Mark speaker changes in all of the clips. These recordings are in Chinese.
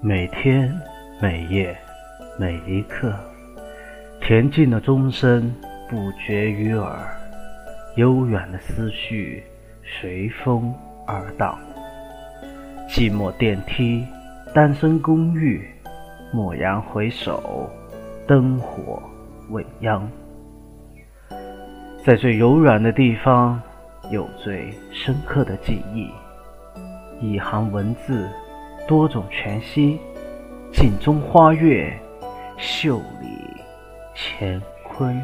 Speaker 1: 每天、每夜、每一刻，前进的钟声不绝于耳，悠远的思绪随风而荡。寂寞电梯，单身公寓，蓦然回首，灯火未央。在最柔软的地方，有最深刻的记忆。一行文字，多种全息，镜中花月，袖里乾坤。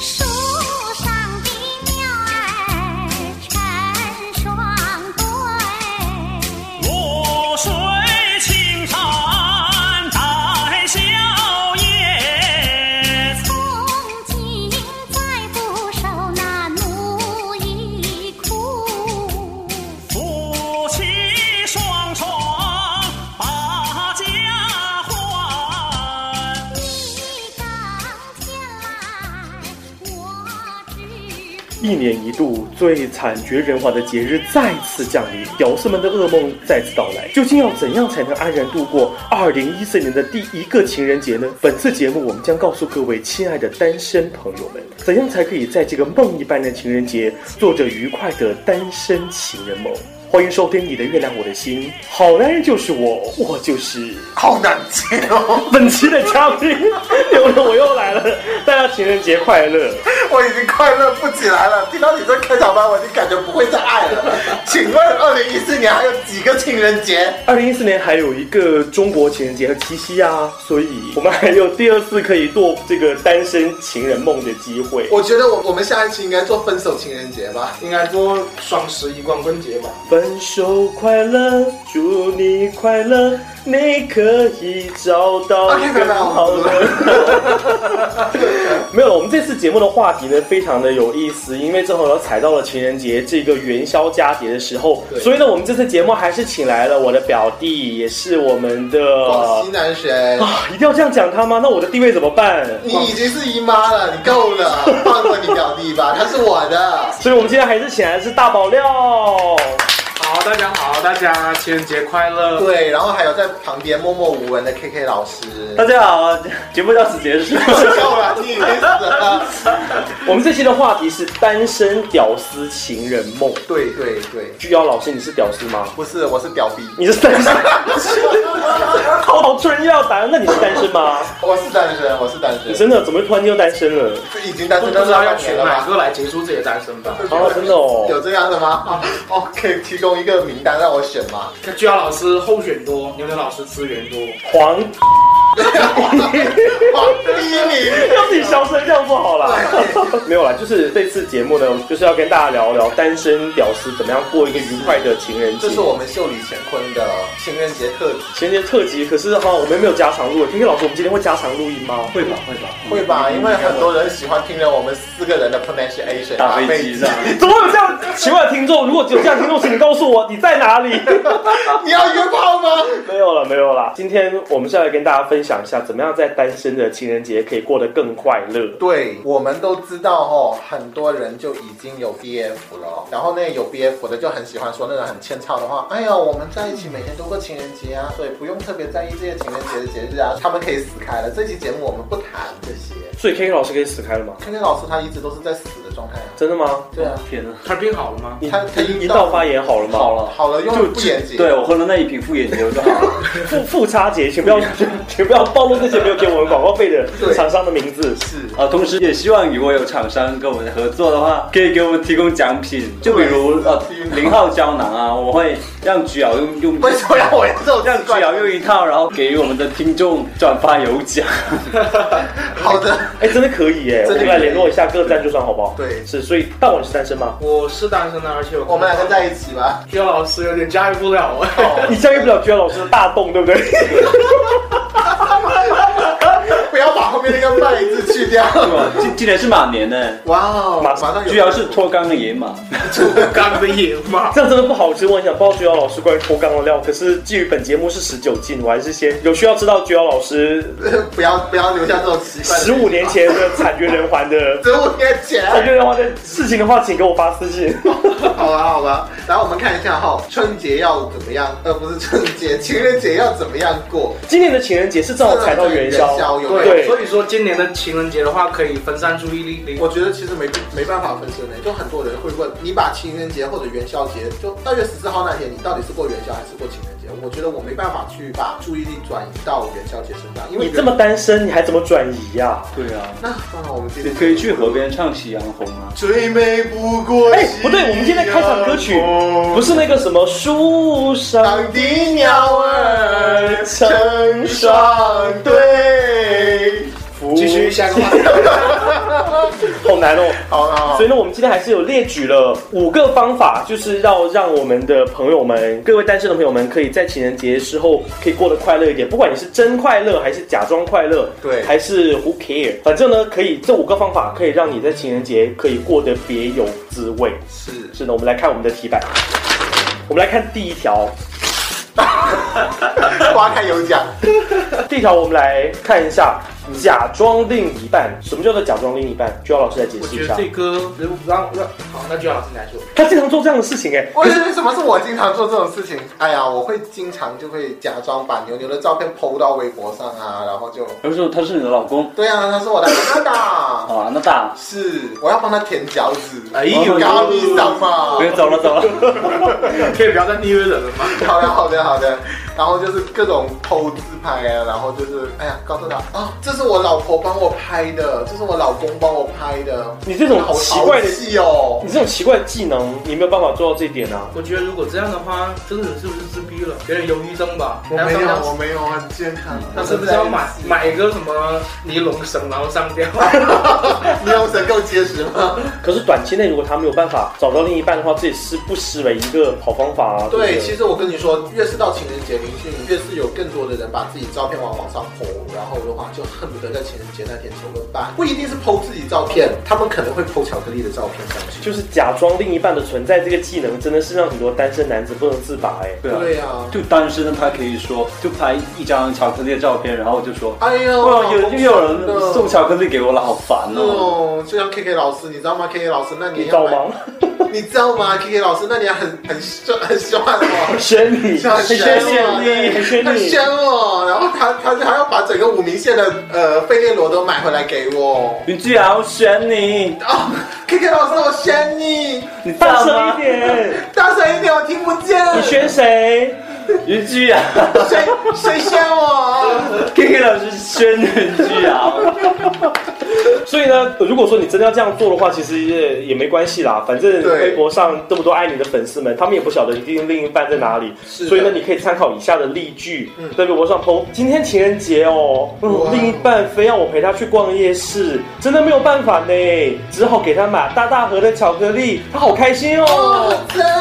Speaker 2: 树上的鸟儿成双对，
Speaker 3: 绿水青山带笑颜，
Speaker 2: 从今再不受那奴役苦。
Speaker 3: 夫妻双双把家还。
Speaker 2: 你当前来，我知。
Speaker 4: 一年一度最惨绝人寰的节日再次降临，屌丝们的噩梦再次到来。究竟要怎样才能安然度过2014年的第一个情人节呢？本次节目我们将告诉各位亲爱的单身朋友们，怎样才可以在这个梦一般的情人节做着愉快的单身情人梦。欢迎收听你的月亮我的心，好男人就是我，我就是
Speaker 5: 好难听哦！
Speaker 4: 本期的嘉宾 刘刘，我又来了，大家情人节快乐！
Speaker 5: 我已经快乐不起来了。听到你这开场白，我已经感觉不会再爱了。 请问，二零一四年还有几个情人节？
Speaker 4: 二零一四年还有一个中国情人节和七夕啊，所以我们还有第二次可以做这个单身情人梦的机会。
Speaker 5: 我觉得我我们下一期应该做分手情人节吧，应该做双十一光棍节吧。
Speaker 4: 分手快乐，祝你快乐，你可以找到
Speaker 5: OK，拜
Speaker 4: 更
Speaker 5: 拜
Speaker 4: 好
Speaker 5: 啊
Speaker 4: 的。 没有了，我们这次节目的话题呢，非常的有意思，因为正好要踩到了情人节这个元宵佳节的时候，
Speaker 5: 对
Speaker 4: 所以呢，我们这次节目还是请来了我的表弟，也是我们的
Speaker 5: 广西男 神，
Speaker 4: 啊，一定要这样讲他吗？那我的地位怎么办？
Speaker 5: 你已经是姨妈了，你够 了，放过你表弟吧，他是我的。
Speaker 4: 所以我们今天还是请来的是大宝料。
Speaker 6: 好，大家好，大家情人节快乐！
Speaker 5: 对，然后还有在旁边默默无闻的 KK 老师，
Speaker 4: 大家好，节目到此结束。
Speaker 5: 够了，你已经死了。
Speaker 4: 我们这期的话题是单身屌丝情人梦。
Speaker 5: 对对对，
Speaker 4: 巨妖老师，你是屌丝吗？
Speaker 5: 不是，我是屌逼。
Speaker 4: 你是单身？好好突然要答案，那你是单身吗？
Speaker 5: 我是单身，我是单身
Speaker 4: 你，真的怎么突然间就单身了？
Speaker 5: 这已经单
Speaker 6: 不
Speaker 5: 身
Speaker 6: 知
Speaker 5: 到
Speaker 6: 道要
Speaker 5: 两
Speaker 6: 选
Speaker 5: 年了
Speaker 6: 哪
Speaker 5: 吧？
Speaker 6: 个来结束自己的单身吧？
Speaker 4: 哦，真的
Speaker 5: 有
Speaker 4: 哦。
Speaker 5: 这样的吗 ？OK，提供一个名单让我选吗？
Speaker 6: 那居瑶老师候选多，牛牛老师资源多。
Speaker 4: 黄，
Speaker 5: 哇，第一名，
Speaker 4: 要自己消声，这样不好啦。 没有啦，就是这次节目呢，就是要跟大家聊聊单身屌丝怎么样过一个愉快的情人节
Speaker 5: 这。是我们秀里乾坤的情人节特辑，
Speaker 4: 情人节特辑，可是哈，我们没有加长录。天天老师，我们今天会加长录音吗？会吧，会吧。
Speaker 5: 会吧？因为很多人喜欢听了我们四个人的 pronunciation，啊
Speaker 7: 打飞机上，
Speaker 4: 怎么有这样奇怪的听众？如果有这样的听众，请你告诉我你在哪里。
Speaker 5: 你要约炮吗？
Speaker 4: 没有了，没有了。今天我们是要来跟大家分享一下，怎么样在单身的情人节可以过得更快乐。
Speaker 5: 对，我们都知道哦，很多人就已经有 BF 了，然后那有 BF 的就很喜欢说那种很欠操的话，哎呀，我们在一起每天都过情人节啊，所以不用特别在意这些情人节的节日啊，他们可以死开了。这期节目我们不谈这些。
Speaker 4: 所以 K K 老师可以死开了吗？
Speaker 5: K K 老师他一直都是在死的状态啊。
Speaker 4: 真的吗？
Speaker 5: 对啊，
Speaker 7: 天哪！
Speaker 6: 他病好了吗？
Speaker 4: 你
Speaker 5: 他他
Speaker 4: 你道发炎好了吗？
Speaker 7: 好了
Speaker 5: 好了，用不严谨。
Speaker 7: 对我喝了那一瓶妇眼酒就好了。
Speaker 4: 复复差节，请不要 请不要暴露这些没有给我们广告费的
Speaker 5: 对
Speaker 4: 厂商的名字。
Speaker 5: 是
Speaker 7: 啊，同时也希望如果有厂商跟我们合作的话，可以给我们提供奖品，就比如呃零号胶囊啊，我会让菊瑶用用，
Speaker 5: 为什么让我这种
Speaker 7: 让菊瑶啊用一套，然后给我们的听众转发有奖。
Speaker 5: 好的，
Speaker 4: 哎，真的可以哎，我
Speaker 5: 真的可以
Speaker 4: 们来联络一下各赞助商好不好？
Speaker 5: 对
Speaker 4: 是。所以大宝你是单身吗？
Speaker 6: 我是单身的，啊而且我
Speaker 5: 我们两个在一起吧。
Speaker 6: 居瑶老师有点驾驭不了 啊。
Speaker 4: 你驾驭不了居然老师的大洞，对不对？
Speaker 5: 不要把后面那个卖字去去掉。
Speaker 7: 哇今今年是马年呢，
Speaker 5: 哇哦， 马上有
Speaker 7: 居然是脱缰的野马，
Speaker 6: 猪肝的野马。
Speaker 4: 这样真的不好吃。我很想报菊瑶老师关于脱肛的料，可是基于本节目是十九禁，我还是先有需要知道菊瑶老师
Speaker 5: 不要不要留下这种奇怪的。
Speaker 4: 十五年，前的惨绝人寰 的
Speaker 5: 十五年前，
Speaker 4: 惨绝人寰的事情的话，请给我发私信。
Speaker 5: 好吧好吧。然后我们看一下哈、春节要怎么样，呃，不是春节，情人节要怎么样过？
Speaker 4: 今年的情人节是正好踩到元宵
Speaker 5: 啊元，宵有
Speaker 4: 对
Speaker 6: 所以说今年的情人节的话，可以分散注意力。
Speaker 5: 我觉得其实没没办法分身的，就很多人会问，你把情人节或者元宵节，就二月十四号那天，你到底是过元宵还是过情人节？我觉得我没办法去把注意力转移到元宵节身上，因为
Speaker 4: 你这么单身，你还怎么转移呀、
Speaker 7: 对啊，
Speaker 5: 那算了，我们今
Speaker 7: 你
Speaker 5: 天
Speaker 7: 可以去河边唱《夕阳红》啊，
Speaker 5: 最美不过
Speaker 4: 哎，不对，我们今天开场歌曲不是那个什么树上
Speaker 5: 当地鸟儿成双对。
Speaker 6: 继续下一个话题。
Speaker 4: 好难哦。
Speaker 5: 好了，好
Speaker 4: 所以呢，我们今天还是有列举了五个方法，就是要让我们的朋友们，各位单身的朋友们，可以在情人节之后可以过得快乐一点。不管你是真快乐还是假装快乐，
Speaker 5: 对
Speaker 4: 还是 who care，反正呢，可以这五个方法可以让你在情人节可以过得别有滋味。
Speaker 5: 是
Speaker 4: 是的，我们来看我们的题板，我们来看第一条，
Speaker 5: 花开有奖，
Speaker 4: 第一条我们来看一下假装另一半。什么叫做假装另一半？需要老师来解
Speaker 6: 我
Speaker 4: 释
Speaker 6: 觉
Speaker 4: 一
Speaker 6: 得
Speaker 4: 下。
Speaker 6: 这个让让好，那就老师你来说。
Speaker 4: 他经常做这样的事情哎、
Speaker 5: 为什么是我经常做这种事情？哎呀，我会经常就会假装把牛牛的照片 PO 到微博上啊，然后就
Speaker 7: 他说他是你的老公
Speaker 5: 对啊，他是我的搭档，
Speaker 7: 啊，那大，
Speaker 5: 是我要帮他舔脚趾，
Speaker 6: 哎呦
Speaker 5: 高你什么
Speaker 7: 不？要走了走了，
Speaker 6: 可以不要再虐人了吗？
Speaker 5: 好的好的好的，然后就是各种偷自拍啊，然后就是哎呀，告诉他啊，这是我老婆帮我拍的，这是我老公帮我拍的，
Speaker 4: 你这种
Speaker 5: 好
Speaker 4: 奇怪的
Speaker 5: 淘气哦
Speaker 4: 你。这种奇怪的技能，你没有办法做到这一点啊。
Speaker 6: 我觉得如果这样的话，这个人是不是自闭了？有点忧郁症吧？
Speaker 5: 我没
Speaker 6: 然后
Speaker 5: 有
Speaker 6: 上，
Speaker 5: 我没有，很健康。
Speaker 6: 那是不是要买买一个什么尼龙绳，然后上吊？
Speaker 5: 你用绳够结实吗？
Speaker 4: 可是短期内如果他没有办法找到另一半的话，这也是不失为一个好方法啊。
Speaker 5: 对，
Speaker 4: 不
Speaker 5: 其实我跟你说，越是到情人节临近，越是有更多的人把自己照片往网上 PO，然后的话就恨不得在情人节那天求个伴，不一定是 PO 自己照片，他们可能会 PO 巧克力的照片上去。
Speaker 4: 就是假装另一半的存在这个技能，真的是让很多单身男子不能自拔哎、
Speaker 7: 对啊。
Speaker 5: 对呀、
Speaker 7: 就单身的他可以说，就拍一张巧克力的照片，然后就说，哦
Speaker 5: 哎呦，
Speaker 7: 哇，啊有又有
Speaker 5: 好
Speaker 7: 人
Speaker 5: 棒
Speaker 7: 送巧克力给我了，好烦哦。
Speaker 5: 哦，就像 K K 老师，你知道吗？K K 老师，那
Speaker 4: 你
Speaker 5: 你
Speaker 4: 知
Speaker 5: 要
Speaker 4: 道
Speaker 5: 买
Speaker 4: 吗？
Speaker 5: 你知道吗？K K 老师，那你要很很凶很凶啊什么？
Speaker 4: 选你，
Speaker 5: 像很
Speaker 4: 选
Speaker 5: 炫哦
Speaker 4: 你，很选
Speaker 5: 很
Speaker 4: 你。
Speaker 5: 凶哦，然后他他还要把整个五明线的呃费列罗都买回来给我。
Speaker 7: 你居然选你，
Speaker 5: 哦，K K 老师，我选你，
Speaker 7: 你知
Speaker 4: 大
Speaker 7: 道
Speaker 4: 声
Speaker 7: 吗
Speaker 4: 一？点，
Speaker 5: 大声一点，我听不见。
Speaker 4: 你选谁？
Speaker 7: 云居瑶
Speaker 4: 啊
Speaker 5: 谁谁选我？
Speaker 7: ，K K 老师选云居瑶，
Speaker 4: 所以呢，如果说你真的要这样做的话，其实也也没关系啦。反正
Speaker 5: 对
Speaker 4: 微博上这么多爱你的粉丝们，他们也不晓得一定另一半在哪里，
Speaker 5: 是的
Speaker 4: 所以呢，你可以参考以下的例句，
Speaker 5: 嗯
Speaker 4: 在微博上 PO：今天情人节哦，嗯
Speaker 5: 哇，
Speaker 4: 另一半非要我陪他去逛夜市，真的没有办法呢，只好给他买大大盒的巧克力，他好开心哦。
Speaker 5: 真。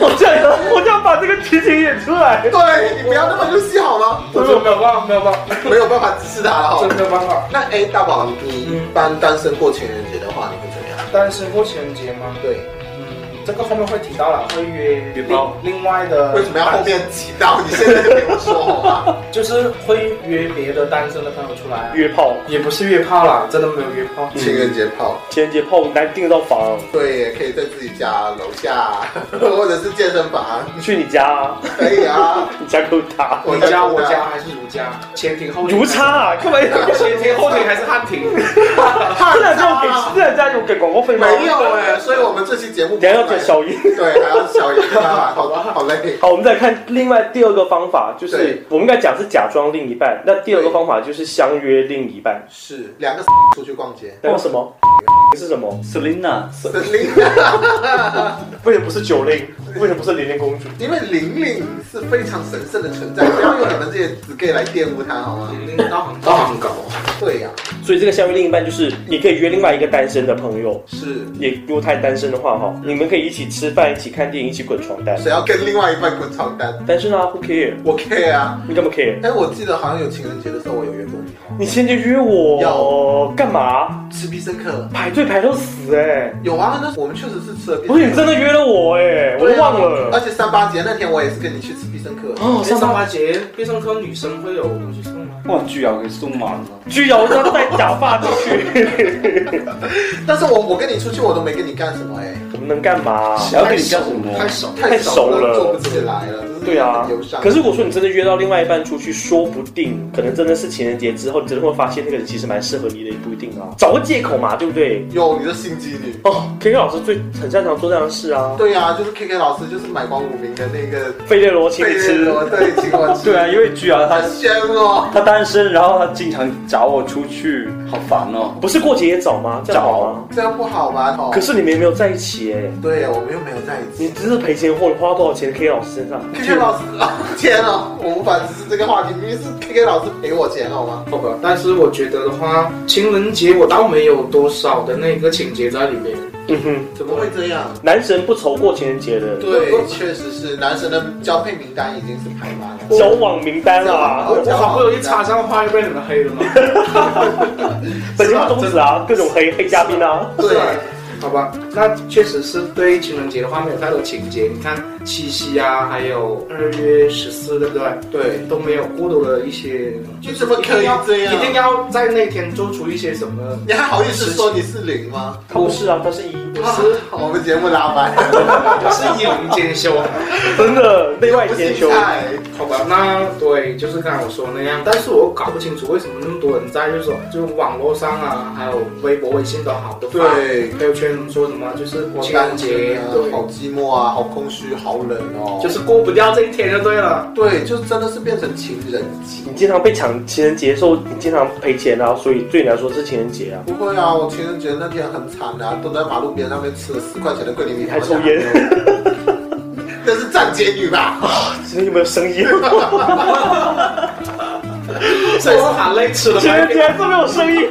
Speaker 4: 我这样，我这样把这个剧情演出来。
Speaker 5: 对，你不要那么入戏好吗？
Speaker 6: 我说没有办法，没有办法，
Speaker 5: 没有办法支持他了哈。
Speaker 6: 真的没有办法。
Speaker 5: 那 A 大宝，你一般单身过情人节的话，你会怎么样？
Speaker 6: 单身过情人节吗？
Speaker 5: 对，
Speaker 6: 嗯，这个后面会提到了，会约
Speaker 7: 约炮
Speaker 6: 另另外的。
Speaker 5: 为什么要后？面挤到？你现在就给我说好吗？
Speaker 6: 就是会约别的单身的朋友出来、啊。
Speaker 4: 约炮，
Speaker 6: 也不是约嗯炮啦，真的没有约炮。
Speaker 5: 情人节炮，
Speaker 4: 情人节炮难订得到房，
Speaker 5: 对，也可以在自己家楼下， 或者是健身房，
Speaker 4: 去你家啊，
Speaker 5: 可以啊。
Speaker 4: 你家给我打。
Speaker 5: 我
Speaker 6: 你家我家还是儒家？前庭后庭。
Speaker 4: 如差啊，干嘛要？
Speaker 6: 前庭后庭还是 汉庭？
Speaker 4: 这两家有
Speaker 8: 啊
Speaker 4: 给，这两家有给广告费吗？
Speaker 5: 没有哎，所以我们这期节目
Speaker 4: 你还要讲小英。
Speaker 5: 对，还要小姨啊，好吧，好累。
Speaker 4: 好，我们再看另外第二个方法，就是
Speaker 5: 对
Speaker 4: 我们刚才讲是假装另一半，那第二个方法就是相约另一半。
Speaker 5: 是两个出去逛街，
Speaker 4: 那个什么？
Speaker 8: 是什么？
Speaker 9: Selina，
Speaker 5: 零，
Speaker 8: 为什么不是九令？为什么不是玲玲公主？
Speaker 5: 因为玲玲是非常神圣的存在，不要用你们这些子 gay 来玷污她好吗？
Speaker 4: 嗯
Speaker 6: 零零当当狗，
Speaker 5: 对呀、
Speaker 4: 所以这个相遇另一半就是你可以约另外一个单身的朋友，
Speaker 5: 是
Speaker 4: 也如果太单身的话哈，你们可以一起吃饭，一起看电影，一起滚床单。
Speaker 5: 谁要跟另外一半滚床单？
Speaker 4: 但是呢，Who care？
Speaker 5: 我 care 啊！
Speaker 4: 你干嘛 care？
Speaker 5: 哎，我记得好像有情人节的时候，我有约过你哦
Speaker 4: 你先就约我干嘛？
Speaker 5: 吃必胜客。
Speaker 4: 排队排到死哎、
Speaker 5: 有啊，那我们确实是吃了必胜客。
Speaker 4: 不是你真的约了我哎、我
Speaker 5: 对
Speaker 4: 都
Speaker 5: 啊
Speaker 4: 忘
Speaker 5: 而
Speaker 4: 了。
Speaker 5: 且三八节那天我也是跟你去吃必胜客。
Speaker 4: 哦，
Speaker 6: 上
Speaker 4: 上
Speaker 6: 上
Speaker 4: 班
Speaker 6: 花节必胜客女生会有东西送吗？
Speaker 9: 哇，居然给送完了。
Speaker 4: 居然我要再假发进去，
Speaker 5: 但是我我跟你出去，我都没跟你干什么哎、
Speaker 4: 我们能干 嘛？哎
Speaker 9: 要跟你干什么？
Speaker 5: 太熟
Speaker 4: 哦太熟了
Speaker 5: 做不起来了，真是
Speaker 4: 对啊
Speaker 5: 很忧伤。，
Speaker 4: 可是如果说你真的约到另外一半出去，说不定可能真的是情人节之后，你真的会发现那个人其实蛮适合你的，也不一定啊。找个借口嘛，对不对？
Speaker 5: 有你的心机女。
Speaker 4: 哦，K K 老师最很擅长做这样的事啊，
Speaker 5: 对啊，就是 K K 老师就是买光武明的那个
Speaker 4: 费列罗请你吃，
Speaker 5: 我对，请我吃。
Speaker 9: 对啊，，因为居然他
Speaker 5: 很香哦。
Speaker 9: 他单身，然后他经常找我出去，好烦哦。
Speaker 4: 不是过节也找吗？这样好吗？
Speaker 5: 这样不好吧？哦
Speaker 4: 可，是你们也没有在一起哎、
Speaker 5: 对呀，我们又没有在一
Speaker 4: 你
Speaker 5: 起。
Speaker 4: 真是赔钱货，你花多少钱 K K 老师身上？
Speaker 5: K K 老师啊，天啊，我无法直视这个话题，明明是 K K 老师赔我钱好吗？
Speaker 6: 好吧，但是我觉得的话，情人节我倒没有多少的那个情节在里面，
Speaker 4: 嗯哼，
Speaker 5: 怎么会这样？
Speaker 4: 男神不愁过情人节的
Speaker 5: 对，确实是男神的交配名单已经是排满了。
Speaker 4: 交往名单啊啦、
Speaker 5: 哦
Speaker 6: 我好不容易插上话又被你们黑了嘛。
Speaker 4: 本节目宗旨啊，各种黑黑嘉宾啊。
Speaker 5: 对，
Speaker 6: 好吧，那确实是对情人节的话没有太多情节。你看七夕啊，还有二月十四，对不对？
Speaker 5: 对，
Speaker 6: 都没有过多的一些，
Speaker 5: 你怎么可以这样
Speaker 6: 一定要在那天做出一些什么？
Speaker 5: 你还好意思说你是零吗？
Speaker 4: 他不是啊，他是一，
Speaker 6: 不是，
Speaker 5: 我们节目拉满，
Speaker 6: 不是一人兼修。
Speaker 4: 真的内外兼修
Speaker 5: 不。菜
Speaker 6: 好吧，那对，就是刚才我说那样，但是我搞不清楚为什么那么多人在，就是说，就是网络上啊，还有微博、微信都好的，
Speaker 5: 对
Speaker 6: 朋友圈说什么就是
Speaker 5: 我
Speaker 6: 情
Speaker 5: 感
Speaker 6: 人
Speaker 5: 觉
Speaker 6: 节，
Speaker 5: 好
Speaker 6: 对，
Speaker 5: 寂寞啊，好空虚，好冷哦。
Speaker 6: 就是过不掉这一天就 对了。
Speaker 5: 对，就真的是变成情人节。
Speaker 4: 你经常被抢情人节的时候，你经常赔钱啊，所以对你来说是情人节啊。
Speaker 5: 不会啊，我情人节那天很惨啊，蹲在马路边上面吃了四块钱的桂林米
Speaker 4: 你
Speaker 5: 粉，
Speaker 4: 还抽烟，
Speaker 5: 那是站监狱吧？
Speaker 4: 今天有没有生意？
Speaker 6: 我喊累吃了，
Speaker 4: 情人节都没有生意，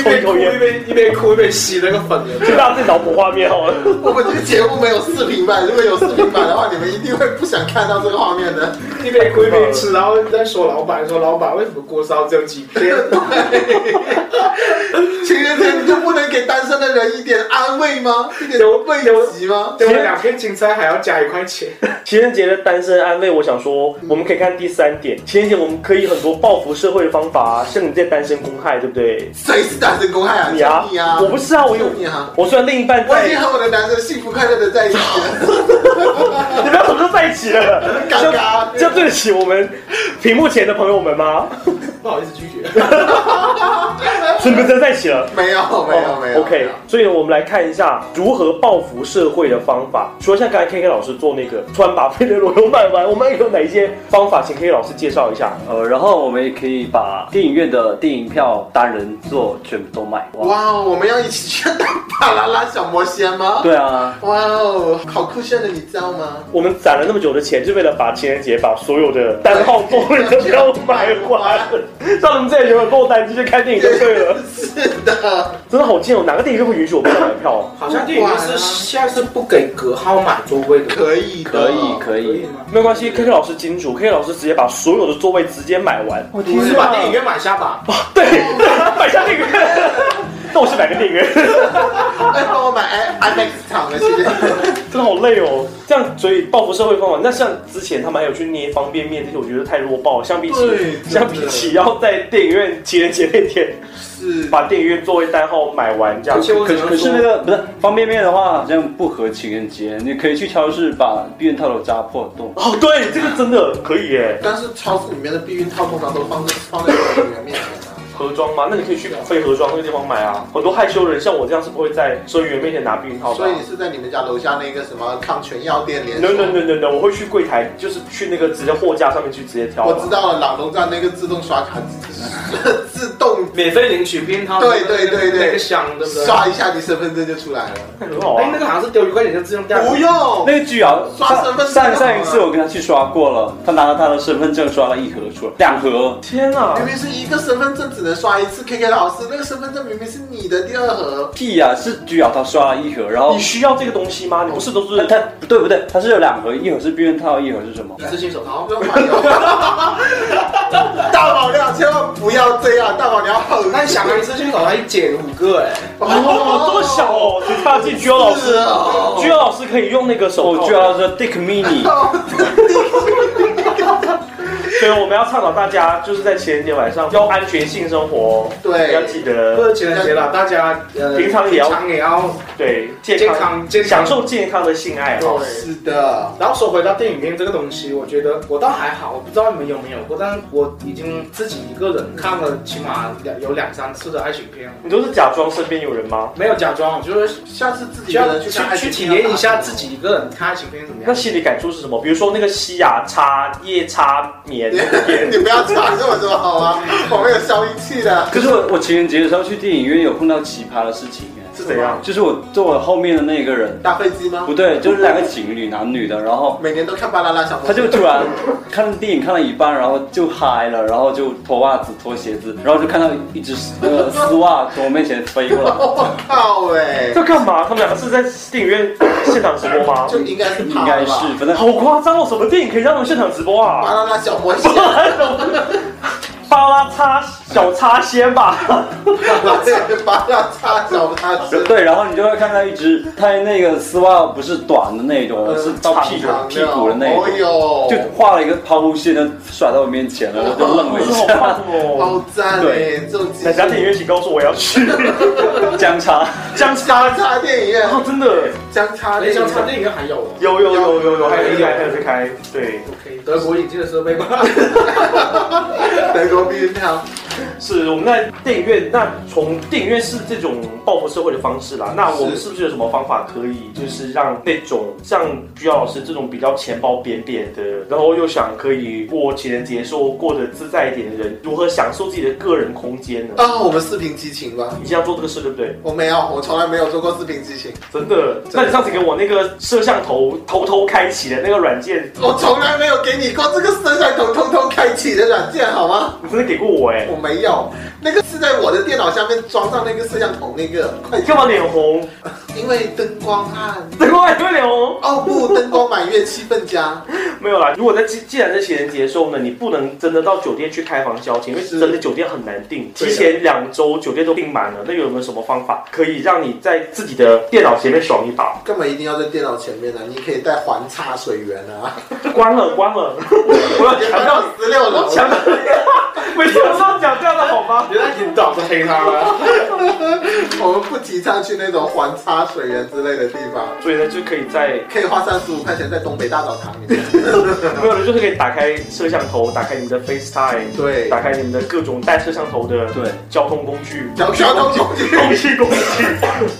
Speaker 4: 抽一
Speaker 6: 边
Speaker 4: 口
Speaker 6: 哭一
Speaker 4: 烟，
Speaker 6: 边一边哭一边吸那个粉，
Speaker 4: 就大家自己脑补画面好了。
Speaker 5: 我们这个节目没有视频版，如果有视频版的话，你们一定会不想看到这个画面的。
Speaker 6: 一边哭一边吃，然后再说老板说老板为什么锅烧只有几片？
Speaker 5: 情人节你就不能给单身的人一点安慰吗？一点
Speaker 6: 有
Speaker 5: 慰
Speaker 6: 有
Speaker 5: 藉吗？
Speaker 6: 结果两片青菜还要加一块钱。
Speaker 4: 情人节的单身安慰，我想说，
Speaker 5: 嗯
Speaker 4: 我们可以看第三点，情人节我们可以很多报复社会的方法啊，像你在单身公害，对不对？
Speaker 5: 谁是单身公害啊？
Speaker 4: 你啊
Speaker 5: 就你啊，
Speaker 4: 我不是啊，我有
Speaker 5: 就你啊，
Speaker 4: 我虽然另一半
Speaker 5: 我已经
Speaker 4: 在，
Speaker 5: 和我的男神幸福快乐的在一起了，
Speaker 4: 你们要早就在一起了，
Speaker 5: 尴尬
Speaker 4: 这样对得起我们屏幕前的朋友们 吗？
Speaker 6: 不好意思拒绝。
Speaker 4: 是不是真在一起了？哦
Speaker 5: 没有没有没有
Speaker 4: OK，所以我们来看一下如何报复社会的方法。除了像刚才 K K 老师做那个穿把费的罗油卖完，我们有哪一些方法，请 K K 老师介绍一下？
Speaker 9: 呃，然后我们也可以把电影院的电影票单人座全部都买。哇，
Speaker 5: 哇，我们要一起去打巴啦啦小魔仙吗？
Speaker 9: 对啊，
Speaker 5: 哇哦，好酷炫的，你知道吗？
Speaker 4: 我们攒了那么久的钱，就为了把情人节把所有的单号购物的票买完，像你们这些人有购单机去看电影就对了。
Speaker 5: 是的，
Speaker 4: 真的好贱哦，哪个电影院会允许我们买票啊？
Speaker 6: 好像电影院是现在是不给隔号买座位的，
Speaker 5: 可以的
Speaker 9: 可以可
Speaker 6: 可以
Speaker 9: 以。
Speaker 6: 吗？
Speaker 4: 没有关系，K K 老师金主，K K 老师直接把所有的座位直接买完。
Speaker 9: 我
Speaker 6: 你是把电影院买下吧？
Speaker 4: 对，对买下电影院。那我是哪个电影院？
Speaker 5: 哎，帮我买 IMAX 场的，谢谢。
Speaker 4: 真的好累哦，这样所以报复社会方法。那像之前他们还有去捏方便面这些，我觉得太弱爆了。相比起
Speaker 5: 对真，的
Speaker 4: 相比起要在电影院情人节那天
Speaker 5: 是，
Speaker 4: 把电影院座位单号买完这样
Speaker 6: 而，且我
Speaker 9: 可
Speaker 6: 只
Speaker 9: 是
Speaker 6: 能
Speaker 9: 可是那
Speaker 6: 说，
Speaker 9: 个不是方便面的话，好像不合情人节。你可以去超市把避孕套都扎破洞。
Speaker 4: 哦，对，这个真的可以耶，
Speaker 5: 但是超市里面的避孕套通常都放在放在女人面前啊。
Speaker 4: 盒装嘛，那你可以去非盒装那个地方买啊。很多害羞的人像我这样是不会在收银员面前拿避孕套的。啊
Speaker 5: 所以你是在你们家楼下那个什么康泉药店连锁
Speaker 4: no no no no no，我会去柜台，就是去那个直接货架上面去直接挑。啊
Speaker 5: 我知道了，朗东站那个自动刷卡自自动
Speaker 6: 免费领取偏汤，
Speaker 5: 对对对对
Speaker 6: 那个香，对不对？
Speaker 5: 刷一下你身份证就出来了。
Speaker 4: 很好
Speaker 6: 哎，
Speaker 4: 啊
Speaker 6: 那。个好像是丢一块钱就自动掉。
Speaker 5: 不用，
Speaker 9: 那个巨瑶
Speaker 5: 刷身份证啊
Speaker 9: 上
Speaker 5: 干嘛
Speaker 9: 上一次我跟他去刷过了，他拿了他的身份证刷了一盒出来，两盒。
Speaker 4: 天啊！
Speaker 5: 明明是一个身份证只能刷一次。K K 老师，那个身份证明明是你的第二盒，
Speaker 9: 屁呀、是巨瑶他刷了一盒，然后
Speaker 4: 你需要这个东西吗？你不是都
Speaker 9: 他
Speaker 4: 是
Speaker 9: 他不对不对，他是有两盒，一盒是避孕套，一盒是什么？
Speaker 6: 一次性手
Speaker 5: 然后
Speaker 6: 套，
Speaker 5: 就还掉。大宝亮，千万不要这样，大宝你要好
Speaker 6: 那你想啊，一次性手套一剪五个哎，
Speaker 4: 哦，这么小哦，你看这居瑶老师
Speaker 5: 是哦，
Speaker 4: 居瑶老师可以用那个手
Speaker 9: 哦，
Speaker 4: 套。
Speaker 9: 巨瑶说 Dick Mini，
Speaker 4: 所以我们要倡导大家，就是在情人节晚上要安全性生活，
Speaker 5: 对
Speaker 4: 要记
Speaker 6: 不
Speaker 4: 得
Speaker 6: 是情人节了，大家呃
Speaker 4: 平常也要
Speaker 6: 平常也要
Speaker 4: 对健
Speaker 6: 健
Speaker 4: 康，
Speaker 6: 康健
Speaker 4: 享
Speaker 6: 康。
Speaker 4: 受健康的性爱好。
Speaker 6: 对。
Speaker 5: 是的，
Speaker 6: 然后说回到电影院这个东西，我觉得我倒还好，我不知道你们有没有过，但是我已经自己一个人看了起码两有两三次的爱情片了，
Speaker 4: 你都是假装身边有人吗？
Speaker 6: 没有假装，我就是
Speaker 5: 下次自己
Speaker 6: 需
Speaker 5: 一个
Speaker 6: 要
Speaker 5: 人
Speaker 6: 去
Speaker 5: 去看爱
Speaker 6: 去
Speaker 5: 情
Speaker 6: 体
Speaker 5: 片啊
Speaker 6: 验一下自。己一个人看爱情片怎么
Speaker 4: 那
Speaker 6: 样。
Speaker 4: 心理感触是什么？比如说那个吸牙、擦夜擦 棉片，
Speaker 5: 你不要查这么多好吗？我们有消音器的。
Speaker 9: 可是我我情人节的时候去电影院有碰到奇葩的事情哎，
Speaker 4: 是怎样？
Speaker 9: 就是我坐我后面的那个人，
Speaker 5: 打飞机吗
Speaker 9: 不？对，就是两个情侣男女的，然后
Speaker 5: 每年都看《巴啦啦小魔
Speaker 9: 他
Speaker 5: 仙》。
Speaker 9: 就突然看电影看到一半，然后就嗨了，然后就脱袜子脱鞋子，然后就看到一只那个丝袜从我面前飞过来，
Speaker 5: 我靠哎，
Speaker 4: 要干嘛？他们两个是在电影院现场直播吗？
Speaker 5: 就应该是
Speaker 9: 应
Speaker 5: 跑了
Speaker 9: 该
Speaker 5: 吧
Speaker 9: 是，反正
Speaker 4: 好夸张哦！什么电影可以让他们现场直播
Speaker 5: 巴
Speaker 4: 啊？
Speaker 5: 啦啦小魔仙，
Speaker 4: 巴拉擦小擦仙吧，
Speaker 5: 巴啦叉小叉身，
Speaker 9: 对，然后你就会看到一只，它那个丝袜不是短的那种，
Speaker 5: 呃
Speaker 9: 是到屁股
Speaker 5: 长
Speaker 9: 屁股的哎那
Speaker 5: 哦
Speaker 9: 种，就
Speaker 5: 哟，
Speaker 9: 画了一个抛物线，就甩到我面前了，我就愣
Speaker 4: 我
Speaker 9: 了一
Speaker 4: 是好夸
Speaker 9: 下，
Speaker 4: 张哦！
Speaker 5: 好赞哎，这种技
Speaker 4: 哪家电影
Speaker 5: 术。
Speaker 4: 院请告诉我我要 去
Speaker 9: 僵叉。
Speaker 4: 江擦
Speaker 5: 相差电影院，
Speaker 4: 哦，真的
Speaker 5: 相差
Speaker 6: 哎，
Speaker 5: 电
Speaker 6: 像
Speaker 5: 影
Speaker 6: 插
Speaker 5: 院，
Speaker 6: 电影院还有哦
Speaker 4: 有有有有有，还有
Speaker 6: 有
Speaker 4: 一台还有一台，对，
Speaker 6: ，OK，德国引进的设备吧。
Speaker 5: 德国避孕套，
Speaker 4: 是我们在电影院。那从电影院是这种报复社会的方式啦。那我们
Speaker 5: 是
Speaker 4: 是不是有什么方法可以，就是让那种像居瑶老师这种比较钱包扁扁的，然后又想可以过情人节说过得自在一点的人，如何享受自己的个人空间呢？
Speaker 5: 啊，我们视频激情吧。
Speaker 4: 你现在做这个事对不对？
Speaker 5: 我没有，我从来没有做过视频激情，
Speaker 4: 真的？那你上次给我那个摄像头偷偷开启的那个软件，
Speaker 5: 我从来没有给你过这个摄像头偷偷开启的软件，好吗？
Speaker 4: 你真的给过我哎、
Speaker 5: 我没有，那个是在我的电脑下面装上那个摄像头，那个快
Speaker 4: 你干嘛脸红？
Speaker 5: 因为灯光暗，
Speaker 4: 怎么还会脸红？
Speaker 5: 哦不，灯光满月气氛佳，
Speaker 4: 没有啦，如果在既既然在情人节的时候呢，你不能真的到酒店去开房交情，因为
Speaker 5: 是
Speaker 4: 真的酒店很难订，
Speaker 5: 对
Speaker 4: 提
Speaker 5: 的
Speaker 4: 前两周酒店都订满了。那有没有什么方法可以让你在自己的电脑前面爽一 把？
Speaker 5: 干嘛一定要在电脑前面呢、你可以带环插水源啊，
Speaker 4: 关了，关 了，我要强 调，
Speaker 5: 十六楼，
Speaker 4: 强调，每次都要讲这样的好吗？
Speaker 6: 原来你导是黑他了，
Speaker 5: 我们不提倡去那种环插水源之类的地方。
Speaker 4: 所以呢，就可以在
Speaker 5: 可以花三十五块钱在东北大澡堂里面，
Speaker 4: 没有人就是可以打开摄像头，打开你们的 FaceTime，
Speaker 5: 对
Speaker 4: 打开你们的各种带摄像头的
Speaker 9: 对
Speaker 4: 交通工具，
Speaker 5: 交交通工 具。
Speaker 4: 通讯工具，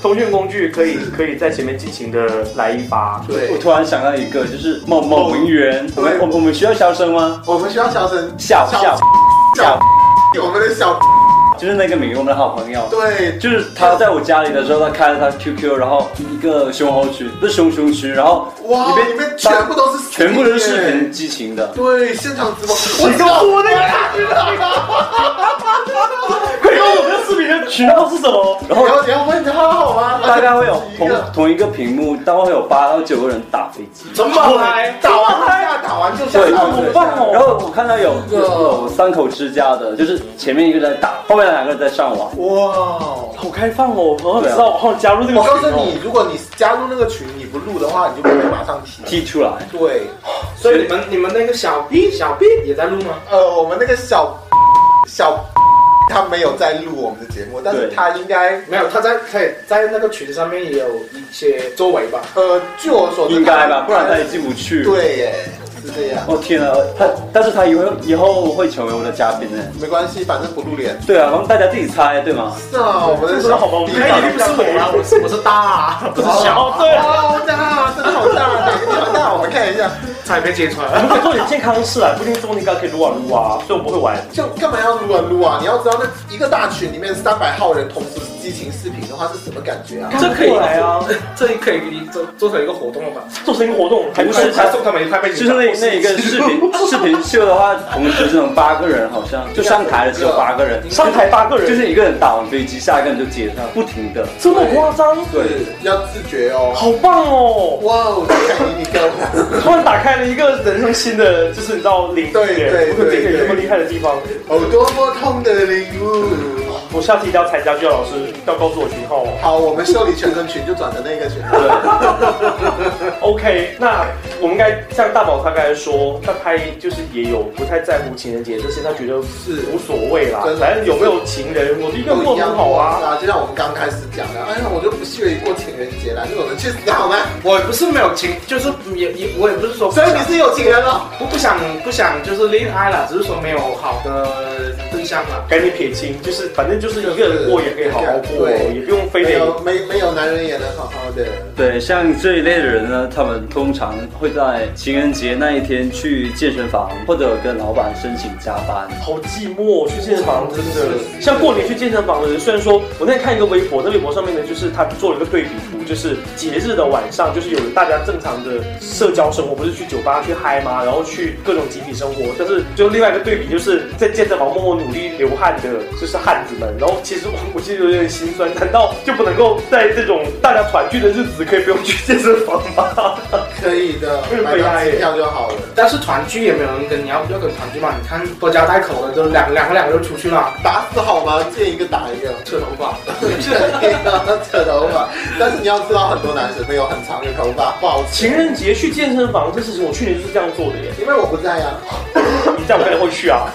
Speaker 4: 通讯工具可以可以在前面尽情的来一发。
Speaker 9: 我
Speaker 5: 对，
Speaker 9: 突然想到一个，就是某某文员，我们我们我们需要消声吗？
Speaker 5: 我们需要小声
Speaker 9: 小小小，
Speaker 5: 我们的小
Speaker 9: 就是那个名，我们的好朋友。
Speaker 5: 对
Speaker 9: 就是他在我家里的时候，他开了他 QQ，然后一个熊猴群，不是熊熊群，然后
Speaker 5: 哇，
Speaker 9: 里
Speaker 5: 里面全部都是视频
Speaker 9: 全部都是视
Speaker 5: 耶
Speaker 9: 频激情的。
Speaker 5: 对，现场直播，我知道，我
Speaker 4: 可以问我们的视频的渠道是什么？
Speaker 9: 然
Speaker 5: 你
Speaker 9: 后
Speaker 5: 要你要问他好吗？
Speaker 9: 大概会有
Speaker 5: 一
Speaker 9: 同
Speaker 5: 个
Speaker 9: 同一个屏幕，大概会有八到九个人打飞机。
Speaker 6: 怎么来？
Speaker 5: 打完就下，打完就下，
Speaker 9: 对，
Speaker 5: 打完就下
Speaker 9: 对
Speaker 4: 棒哦
Speaker 9: 然后我看到有
Speaker 5: 这个
Speaker 9: 有三口之家的，就是前面一个在打，后面两个人在上网。
Speaker 5: 哇！
Speaker 4: 好开放哦，我好想
Speaker 9: 对啊
Speaker 4: 知道，我好想加入这个
Speaker 5: 我告诉
Speaker 4: 群哦
Speaker 5: 你，如果你加入那个群，你不录的话，你就不会马上提。
Speaker 9: 踢出来，
Speaker 5: 对，
Speaker 6: 所以你们你们那个小 B 小 B 也在录吗？
Speaker 5: 呃，我们那个小 小 他没有在录我们的节目，但是
Speaker 9: 对
Speaker 5: 他应该，
Speaker 6: 没有，他在他也在那个群上面也有一些作为吧。
Speaker 5: 呃，据我所知，
Speaker 9: 应该吧，
Speaker 5: 他
Speaker 9: 不然他也进不去。
Speaker 5: 对耶。是这样。
Speaker 9: 哦天啊，他，但是他以后以后会成为我的嘉宾呢。
Speaker 5: 没关系，反正不露脸。
Speaker 9: 对啊，然后大家自己猜，对吗？
Speaker 5: 是啊，我们
Speaker 4: 这个好吗我们
Speaker 5: 你看
Speaker 4: 一定不是我啊
Speaker 5: 我是我是大啊，不是
Speaker 4: 小对
Speaker 5: 好大，啊真的好大，哪个地方大？我们看一下，
Speaker 6: 才被揭穿。
Speaker 4: 我们可以做点健康事啊，不一定中间刚可以撸啊撸啊，虽然我不会玩。
Speaker 5: 就干嘛要撸啊撸啊？你要知道那一个大群里面三百号人同时激情视频的话是什么感觉啊？
Speaker 6: 这可以
Speaker 4: 过来啊，
Speaker 6: 这可以做做成一个活动了吧？
Speaker 4: 做成一个活动，还
Speaker 9: 不
Speaker 4: 不
Speaker 9: 是
Speaker 4: 是
Speaker 6: 还送他们一块背
Speaker 9: 就
Speaker 6: 景
Speaker 9: 是
Speaker 6: 板
Speaker 9: 那那一个视频 视频秀的话，同时这种八个人好像就上台的只有八个人，
Speaker 4: 上台八个人，
Speaker 9: 就是一个人打完飞机，下一个人就接上，不停的。
Speaker 4: 这么夸张，
Speaker 9: 对，
Speaker 5: 要自觉哦。
Speaker 4: 好棒哦！
Speaker 5: 哇哦，感你你哥
Speaker 4: 突然打开了一个人生新的，就是你知道领域
Speaker 5: 对对
Speaker 4: 我可
Speaker 5: 对
Speaker 4: 这个这
Speaker 5: 对
Speaker 4: 么厉害的地方，
Speaker 5: 哦，多么痛的领悟。
Speaker 4: 我下次一定要参加，就要老师要告诉我群号哦。
Speaker 5: 好，我们秀里全身群就转成那个群了。
Speaker 4: OK，那我们该像大宝他刚才说，那他就是也有不太在乎情人节这些，他觉得是无所谓啦
Speaker 5: 真，的
Speaker 4: 反正有没有情人，我一个
Speaker 5: 都
Speaker 4: 过
Speaker 5: 一
Speaker 4: 得
Speaker 5: 样
Speaker 4: 很好啊。
Speaker 5: 啊！就像我们刚开始讲的，哎呀，我就不屑于过情人节啦，这种人去死好吗？
Speaker 6: 我不是没有情，就是也也我也不是说 不
Speaker 5: 所
Speaker 6: 想，
Speaker 5: 以你是有情人哦了，
Speaker 6: 不不想不想就是恋爱了，只是说没有好的对象了。
Speaker 4: 赶紧撇清，就是反正就是一个人过也可以好好过，
Speaker 5: 对
Speaker 4: 也不用非
Speaker 5: 没有
Speaker 4: 得
Speaker 5: 没没有男人也能好好的。
Speaker 9: 对，像这一类的人呢，他们通常会在情人节那一天去健身房，或者跟老板申请加班。
Speaker 4: 好寂寞。去健身房真的
Speaker 5: 是，
Speaker 4: 像过年去健身房的人，虽然说我那天看一个微博，那微博上面呢，就是他做了一个对比图，就是节日的晚上，就是有大家正常的社交生活，不是去酒吧去嗨吗？然后去各种集体生活，但是就另外一个对比，就是在健身房默默努力流汗的，就是汉子们。然后其实我我其实有点心酸，难道就不能够在这种大家团聚的日子，可以不用去健身房吗？
Speaker 5: 可以的，买张机票就好了。
Speaker 6: 但是团聚也没有人跟，你要要跟团聚嘛？你看拖家带口的，都两两个两个就出去了，
Speaker 5: 打死好吗？见一个打一个，
Speaker 6: 扯头发。
Speaker 5: 扯头发。但是你要知道，很多男生没有很长的头发，不好
Speaker 4: 情
Speaker 5: 吃。
Speaker 4: 人节去健身房这事情，我去年就是这样做的 耶。
Speaker 5: 因为我不在啊呀、
Speaker 4: 你在我肯定会去啊。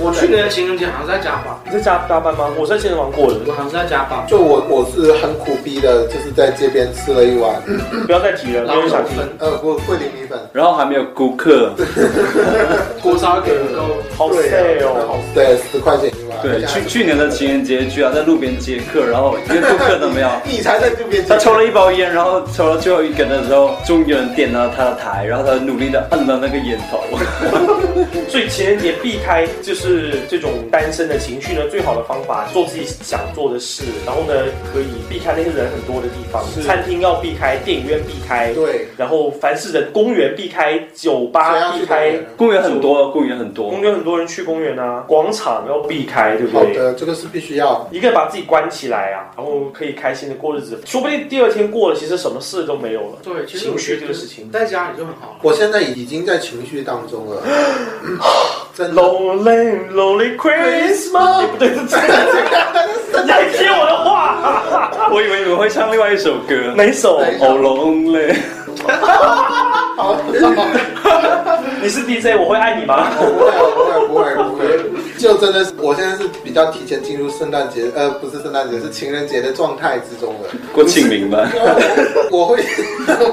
Speaker 6: 我去年情人节好像是在家吧，
Speaker 4: 你在加加班吗？我是在健身房过的，
Speaker 6: 我好像是在家吧，
Speaker 5: 就我我是很苦逼的，就是在街边吃了一碗
Speaker 9: 嗯
Speaker 4: 不要再提了，没
Speaker 6: 然后
Speaker 4: 有
Speaker 6: 有
Speaker 4: 想提。
Speaker 6: 分
Speaker 5: 呃桂桂林米粉，
Speaker 9: 然后还没有顾客，
Speaker 6: 锅烧给人肉。
Speaker 4: 好 sad 哦，
Speaker 5: 啊对，十块钱一碗。
Speaker 9: 对，去去年的情人节居然在路边接客，然后一个顾客都没有。
Speaker 5: 你才在这边
Speaker 9: 他抽了一包烟，然后抽到最后一根的时候，终于有人点了他的台，然后他努力的摁了那个烟头。
Speaker 4: 所以情人节避开就是这种单身的情绪呢，最好的方法做自己想做的事，然后呢可以避开那些人很多的地方，餐厅要避开，电影院避开，
Speaker 5: 对，
Speaker 4: 然后凡是人公园避开，酒
Speaker 5: 谁
Speaker 4: 吧
Speaker 5: 要去
Speaker 4: 避
Speaker 5: 公
Speaker 4: 开
Speaker 5: 园，
Speaker 9: 公园很多，公园很多
Speaker 4: 公。园很多人去公园啊，广场要避开，对不
Speaker 5: 好
Speaker 4: 对？
Speaker 5: 的，这个是必须要。
Speaker 4: 一个把自己关起来啊，然后可以开心的过日子，说不定第二天过了，其实什么事都没有了。
Speaker 6: 对，其实
Speaker 4: 情
Speaker 6: 我
Speaker 4: 绪
Speaker 6: 觉
Speaker 4: 这
Speaker 6: 得
Speaker 4: 个事情
Speaker 6: 在家里就很好。
Speaker 5: 我现在已经在情绪当中 了，真的。
Speaker 4: Lonely Lonely Christmas，不对，是这个。你还接我的话？
Speaker 9: 我以为你们会唱另外一首歌，
Speaker 4: 哪一首？
Speaker 5: 哪一首
Speaker 9: 好 lonely。
Speaker 5: 好，不会，
Speaker 4: 你是 DJ，我会爱你吗？
Speaker 5: 不会，不会，不会。就真的是，我现在是比较提前进入圣诞节，呃，不是圣诞节，是情人节的状态之中了。
Speaker 9: 过清明吧。
Speaker 5: 我会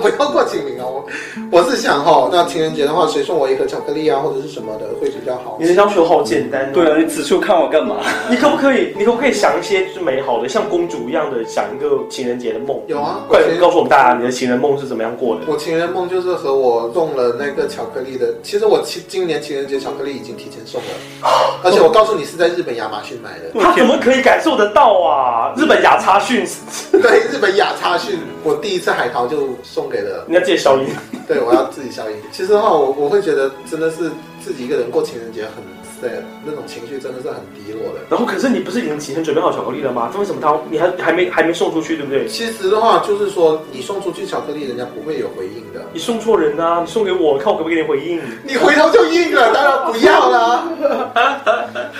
Speaker 5: 不要过清明啊，我我是想哈，那情人节的话，谁送我一盒巧克力啊，或者是什么的，会比较好
Speaker 4: 你。的要求好简单、哦。
Speaker 9: 对啊，，你此处看我干嘛？
Speaker 4: 你可不可以？你可不可以想一些就是美好的，像公主一样的想一个情人节的梦？
Speaker 5: 有啊，
Speaker 4: 快点告诉我们大家，你的情人梦是怎么样过的？
Speaker 5: 我情人梦就是和我送了那个巧克力的，其实我今今年情人节巧克力已经提前 送了，而且我告诉你是在日本亚马逊买的，
Speaker 4: 他怎么可以感受得到啊？日本雅查逊，
Speaker 5: 对，日本亚叉逊，我第一次海淘就送给了，
Speaker 4: 你要借消音。
Speaker 5: 对我要自己消音。其实的话，我我会觉得真的是自己一个人过情人节很 sad，那种情绪真的是很低落的。
Speaker 4: 然后可是你不是已经提前准备好巧克力了吗？那为什么他你还还没还没送出去，对不对？
Speaker 5: 其实的话，就是说你送出去巧克力，人家不会有回应的。
Speaker 4: 你送错人啊！你送给我，看我可不可以给你回应？
Speaker 5: 你回头就应了，当然不要啦，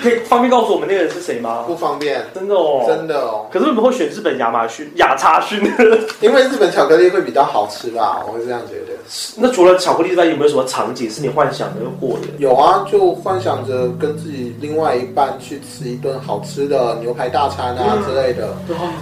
Speaker 4: 可以方便告诉我们那个人是谁吗？
Speaker 5: 不方便，
Speaker 4: 真的哦，
Speaker 5: 真的哦。
Speaker 4: 可是我们会选日本亚马逊、亚查逊，
Speaker 5: 因为日本巧克力会比较好吃吧，我会这样觉得。
Speaker 4: 那除了巧克力之外，有没有什么场景是你幻想的过的？
Speaker 5: 有啊，就幻想着跟自己另外一半去吃一顿好吃的牛排大餐啊之类的，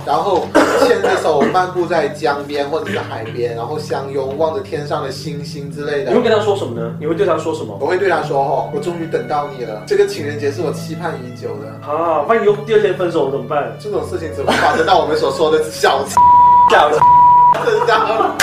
Speaker 5: 然后牵着手漫步在江边或者是海边，然后相拥望着天上的星星之类的
Speaker 4: 你。会跟他说什么呢？你会对他说什么？
Speaker 5: 我会对他说：“哦，我终于等到你了，这个情人节是我期盼已久的。
Speaker 4: 啊，万一又第二天分手怎么办”？
Speaker 5: 这种事情只会发生到我们所说的小
Speaker 9: 搞
Speaker 5: 身上，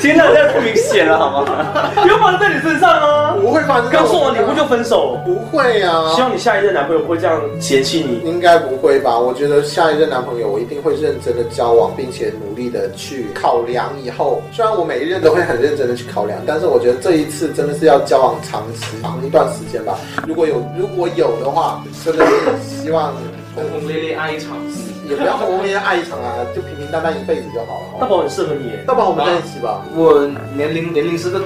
Speaker 9: 天哪，这不明显了好吗？
Speaker 4: 又发生在你身上啊！
Speaker 5: 不会发生到
Speaker 4: 告
Speaker 5: 我身上。
Speaker 4: 诉我你不就分手？
Speaker 5: 不会啊
Speaker 4: 希？望你下一任男朋友不会这样嫌弃你。
Speaker 5: 应该不会吧？我觉得下一任男朋友我一定会认真的交往，并且努力的去考量以后。虽然我每一任都会很认真的去考量，但是我觉得这一次真的是要交往长时长一段时间吧。如果有如果有的话，真的是希望呃
Speaker 6: 轰轰烈烈爱一场，
Speaker 5: 也不要轰轰烈烈爱一场啊，就平平淡淡一辈子就好了。
Speaker 4: 大宝很适合你耶，
Speaker 5: 大宝，我们在一起吧。
Speaker 6: 我年龄年龄是个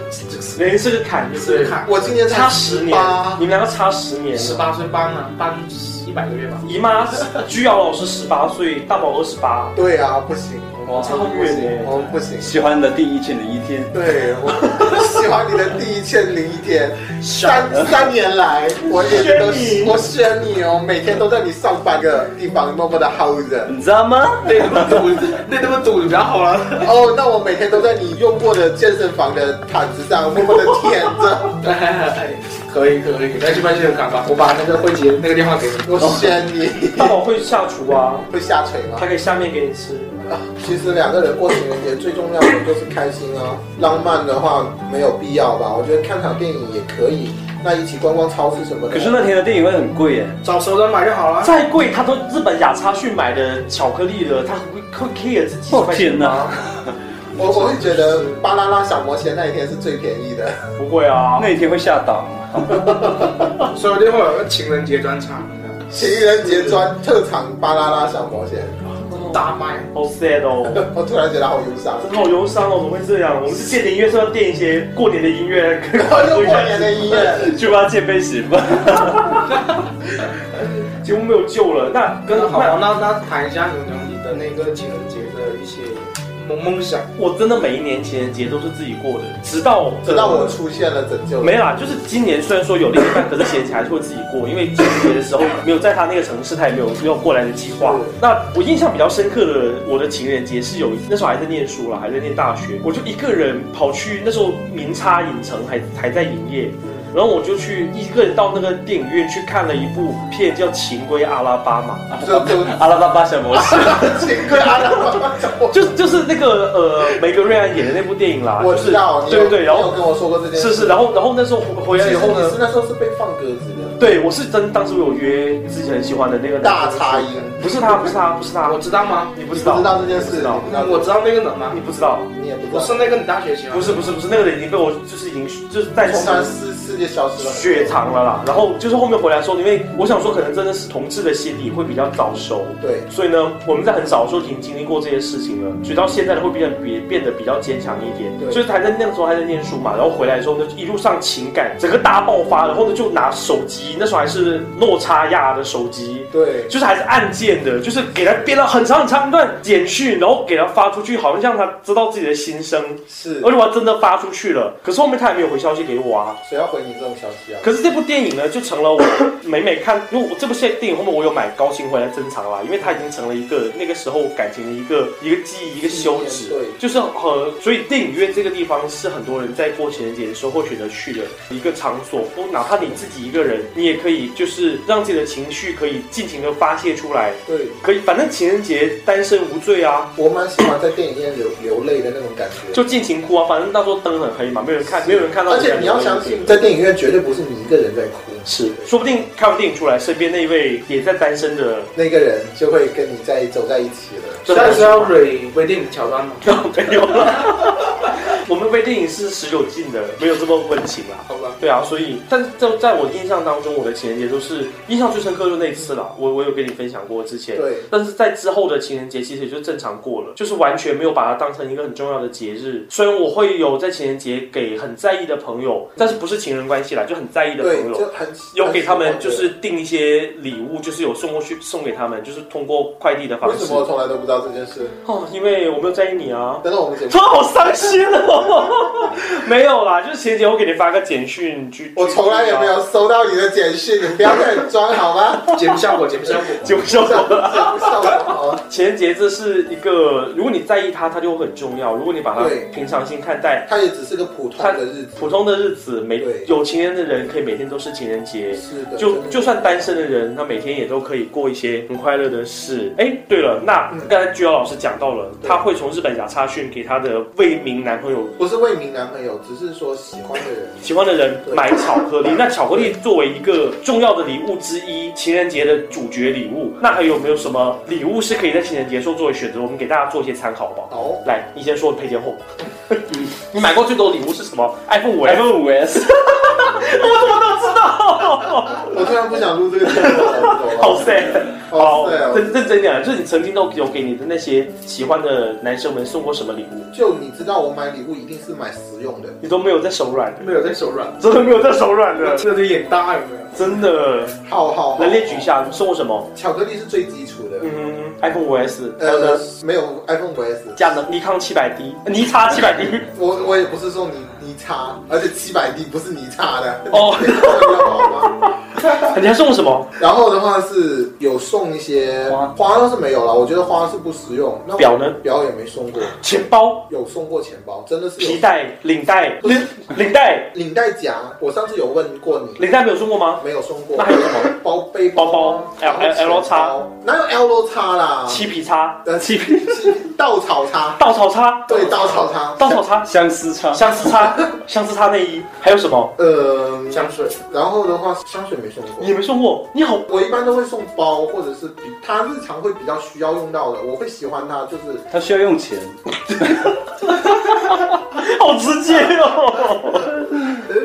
Speaker 6: 这个
Speaker 4: 人是个坎，就是
Speaker 6: 个坎
Speaker 5: 我今年
Speaker 4: 差
Speaker 5: 才
Speaker 4: 十
Speaker 5: 十
Speaker 4: 年
Speaker 5: 八，，
Speaker 4: 你们两个差十年。
Speaker 6: 十。八岁搬了搬一百个月吧，
Speaker 4: 姨妈居瑶老师十八岁，大宝二十八，
Speaker 5: 对啊，不行，
Speaker 9: 哇，
Speaker 4: 差好远耶。
Speaker 5: 我们不行。
Speaker 9: 喜欢的第一千零一天，
Speaker 5: 对，我喜欢你的第一千零一天，三三年来，我也都
Speaker 4: 选你
Speaker 5: 我选你哦，每天都在你上班的地方默默的耗着。
Speaker 9: 你知道吗？
Speaker 6: 那他妈堵，那他妈堵比较好了。
Speaker 5: 哦，那我每天都在你用过的健身房的毯子上默默的舔 着。
Speaker 6: 可以可以，那去办健身卡吧，我把那个慧杰那个电话给你。
Speaker 5: 我选你，
Speaker 4: 大宝会下厨啊，
Speaker 5: 会下垂吗
Speaker 4: 他？可以下面给你吃。
Speaker 5: 啊其实两个人过情人节最重要的就是开心啊，浪漫的话没有必要吧？我觉得看场电影也可以，那一起逛逛超市什么的。
Speaker 9: 可是那天的电影会很贵耶，
Speaker 6: 找熟人买就好了。
Speaker 4: 再贵，他都日本雅叉去买的巧克力了，他会会 care 自己
Speaker 9: 哦天哪！
Speaker 5: 我我会觉得巴啦啦小魔仙那一天是最便宜的。
Speaker 4: 不会啊，
Speaker 9: 那一天会吓倒。
Speaker 6: 说不定会有个情人节专场，
Speaker 5: 情人节专特长巴啦啦小魔仙，
Speaker 6: 大卖。
Speaker 4: 好 sad 哦，
Speaker 5: 我突然觉得好忧伤。
Speaker 4: 真 的好忧伤哦，怎么会这样？我们是电音乐，是要电一些过年的音乐，
Speaker 5: 然后又过年的音乐，
Speaker 9: 去吧，借杯媳妇。
Speaker 4: 节目没有救了。那跟
Speaker 6: 跟好啊
Speaker 4: 那
Speaker 6: 吧，那那谈一下牛牛你的那个情人节的一些梦梦想。
Speaker 4: 我真的每一年情人节都是自己过的，直到
Speaker 5: 直到我出现了拯救。
Speaker 4: 没啊啦，就是今年虽然说有另一半，可是情人节还是会自己过，因为情人节的时候没有在他那个城市，他也没有没有过来的计划。那我印象比较深刻的，我的情人节是有一那时候还在念书啦，还在念大学，我就一个人跑去那时候明差影城还还在营业。然后我就去一个人到那个电影院去看了一部片，叫《情归阿拉巴马》，
Speaker 5: 就 就
Speaker 9: 阿拉巴巴小模式，
Speaker 5: 情歌阿拉伯，
Speaker 4: 就就是那个呃梅格瑞安演的那部电影啦。
Speaker 5: 我
Speaker 4: 就是
Speaker 5: 知道，你
Speaker 4: 对
Speaker 5: 有
Speaker 4: 对对，然
Speaker 5: 你有
Speaker 4: 后
Speaker 5: 跟我说过这件事。
Speaker 4: 是是，然后然后那时候回回来以
Speaker 5: 其
Speaker 4: 后
Speaker 5: 实
Speaker 4: 呢
Speaker 5: 你是，那时候是被放鸽子的，
Speaker 4: 对，我是真当时我有约自己很喜欢的那个男
Speaker 5: 大
Speaker 4: 生
Speaker 5: 差音。
Speaker 4: 不是他，不是他，不是他，
Speaker 6: 我知道吗？
Speaker 4: 你不
Speaker 5: 你
Speaker 4: 知
Speaker 5: 不
Speaker 4: 道，
Speaker 5: 知道这件事，你不知
Speaker 6: 那
Speaker 5: 道，
Speaker 6: 我知道那个人吗
Speaker 4: 你？不知道，
Speaker 5: 你也不
Speaker 6: 我
Speaker 5: 知
Speaker 6: 是
Speaker 5: 道。
Speaker 6: 那个你大学喜欢
Speaker 4: 不
Speaker 6: 的。
Speaker 4: 是不是不是，那个人已经被我就是已经就是在
Speaker 5: 从然世世界消失了。
Speaker 4: 雪藏了啦。然后就是后面回来说，因为我想说，可能真的是同志的心理会比较早熟。
Speaker 5: 对，
Speaker 4: 所以呢，我们在很少的时候已经经历过这些事情了，所以到现在呢会变得比变得比较坚强一点。
Speaker 5: 对
Speaker 4: 所以还在那个时候还在念书嘛，然后回来的时候呢，一路上情感整个大爆发，然后呢就拿手机，那时候还是诺查亚的手机，
Speaker 5: 对，
Speaker 4: 就是还是按键的，就是给他编了很长很长一段简讯，然后给他发出去，好像让他知道自己的心声。
Speaker 5: 是
Speaker 4: 而且我还真的发出去了，可是后面他也没有回消息给我啊。
Speaker 5: 谁要回你这种消息啊？
Speaker 4: 可是这部电影呢，就成了我 每每看，因为我这部电影后面我有买高清回来珍藏啦，因为它已经成了一个那个时候感情的一个一个记忆，一个羞耻。
Speaker 5: 对
Speaker 4: 就是呃，所以电影院这个地方是很多人在过情人节的时候会选择去的一个场所。不，哪怕你自己一个人，你也可以就是让自己的情绪可以尽情的发泄出来，
Speaker 5: 对，
Speaker 4: 可以，反正情人节单身无罪啊。
Speaker 5: 我蛮喜欢在电影院流流泪的那种感觉。
Speaker 4: 就尽情哭啊，反正那时候灯很黑嘛，没有人看，没有人看到。
Speaker 5: 而且你要相信，在电影院绝对不是你一个人在哭，
Speaker 4: 是，说不定看完电影出来，身边那一位也在单身的，
Speaker 5: 那个人就会跟你在走在一起了。
Speaker 6: 现在是要蕊微电影的桥段吗？
Speaker 4: 没有了。 我们微电影是十九禁的，没有这么温情啦。
Speaker 6: 好 吧，
Speaker 4: 对啊，所以，但在在我印象当中，我的情人节都是印象最深刻就那一次啦。我我有跟你分享过之前，
Speaker 5: 对
Speaker 4: 但是在之后的情人节其实也就正常过了，就是完全没有把它当成一个很重要的节日。虽然我会有在情人节给很在意的朋友，但是不是情人关系啦，就很在意的
Speaker 5: 对
Speaker 4: 朋，友，
Speaker 5: 就很
Speaker 4: 有给他们就是订一些礼物，就是有送过去送给他们，就是通过快递的方
Speaker 5: 为
Speaker 4: 式
Speaker 5: 什。么我从来都不知道这件事？
Speaker 4: 哦，因为我没有在意你啊，
Speaker 5: 但是我们节目
Speaker 4: 他好伤心哦。 没有啦，就是情人节我给你发个简讯去。
Speaker 5: 我从来也没有收到你的简讯，你不要再装 好吗？
Speaker 6: 节目效果，节目效果。
Speaker 4: 就收到了。
Speaker 5: 笑我
Speaker 4: 情人节这是一个，如果你在意它，它就会很重要；如果你把它
Speaker 5: 对
Speaker 4: 平常心看待，
Speaker 5: 它也只是个普通的日子，
Speaker 4: 普通的日子，每
Speaker 5: 对
Speaker 4: 有情人的人可以每天都是情人节。
Speaker 5: 是的，
Speaker 4: 就
Speaker 5: 真的
Speaker 4: 就算单身的人，他每天也都可以过一些很快乐的事。哎，对了，那刚才居瑶老师讲到了，
Speaker 5: 对
Speaker 4: 他会从日本假差讯给他的未名男朋友
Speaker 5: 不是为名男朋友，只是说喜欢的人。
Speaker 4: 喜欢的人
Speaker 5: 对
Speaker 4: 买巧克力。那巧克力作为一个重要的礼物之一，情人节的主角礼物，那还有没有什么礼物是可以在情人节时候作为选择？我们给大家做一些参考好不好？
Speaker 5: 哦，
Speaker 4: 来，你先说赔钱货。你买过最多的礼物是什么？iPhone 五
Speaker 9: iPhone 五 S，
Speaker 5: 我突然不想录这个节目了，你懂吗
Speaker 4: 好 sad，
Speaker 5: 好 sad 哦
Speaker 4: 认认真讲，就是你曾经都有给你的那些喜欢的男生们送过什么礼物？
Speaker 5: 就你知道，我买礼物一定是买实用的。
Speaker 4: 你都没有在手软的，
Speaker 6: 没有在手软，
Speaker 4: 真的没有在手软的，
Speaker 6: 这就眼大有没有？
Speaker 4: 真的。
Speaker 5: 好好，好
Speaker 4: 来列举一，下，你送过什么？
Speaker 5: 巧克力是最基础的。
Speaker 4: 嗯，iPhone 五 S，还有
Speaker 5: 呃
Speaker 4: 呢，，
Speaker 5: 没有 iPhone 5 S，
Speaker 4: 加的尼康七百 D，尼叉七百 D。
Speaker 5: 我我也不是送你你叉，而且七百 D 不是你叉的
Speaker 4: 哦
Speaker 5: 你懂好吗？
Speaker 4: 你还送我什么？
Speaker 5: 然后的话是有送一些
Speaker 4: 花
Speaker 5: 花倒是没有了，我觉得花是不实用。那我
Speaker 4: 表呢？
Speaker 5: 表也没送过，
Speaker 4: 钱包、
Speaker 5: 有送过钱包，真的是有
Speaker 4: 皮带、领带、领领带、
Speaker 5: 领带夹。我上次有问过你，
Speaker 4: 领带没有送过吗？
Speaker 5: 没有送过。
Speaker 4: 那还有什么？
Speaker 5: 包背
Speaker 4: 包包 L-
Speaker 5: 然后钱
Speaker 4: L- L
Speaker 5: 包哪有 L 都叉啦？
Speaker 4: 七匹叉、
Speaker 5: 呃七稻草叉，
Speaker 4: 稻草叉、
Speaker 5: 对稻草叉，
Speaker 4: 稻草叉、
Speaker 9: 相思叉，
Speaker 4: 相思叉、相思叉内衣，还有什么？
Speaker 5: 呃，
Speaker 6: 香水，
Speaker 5: 然后的话香水没送过
Speaker 4: 你。没送过？你好，
Speaker 5: 我一般都会送包，或者是比他日常会比较需要用到的，我会喜欢他，就是
Speaker 9: 他需要用钱，
Speaker 4: 好直接哦！
Speaker 5: 我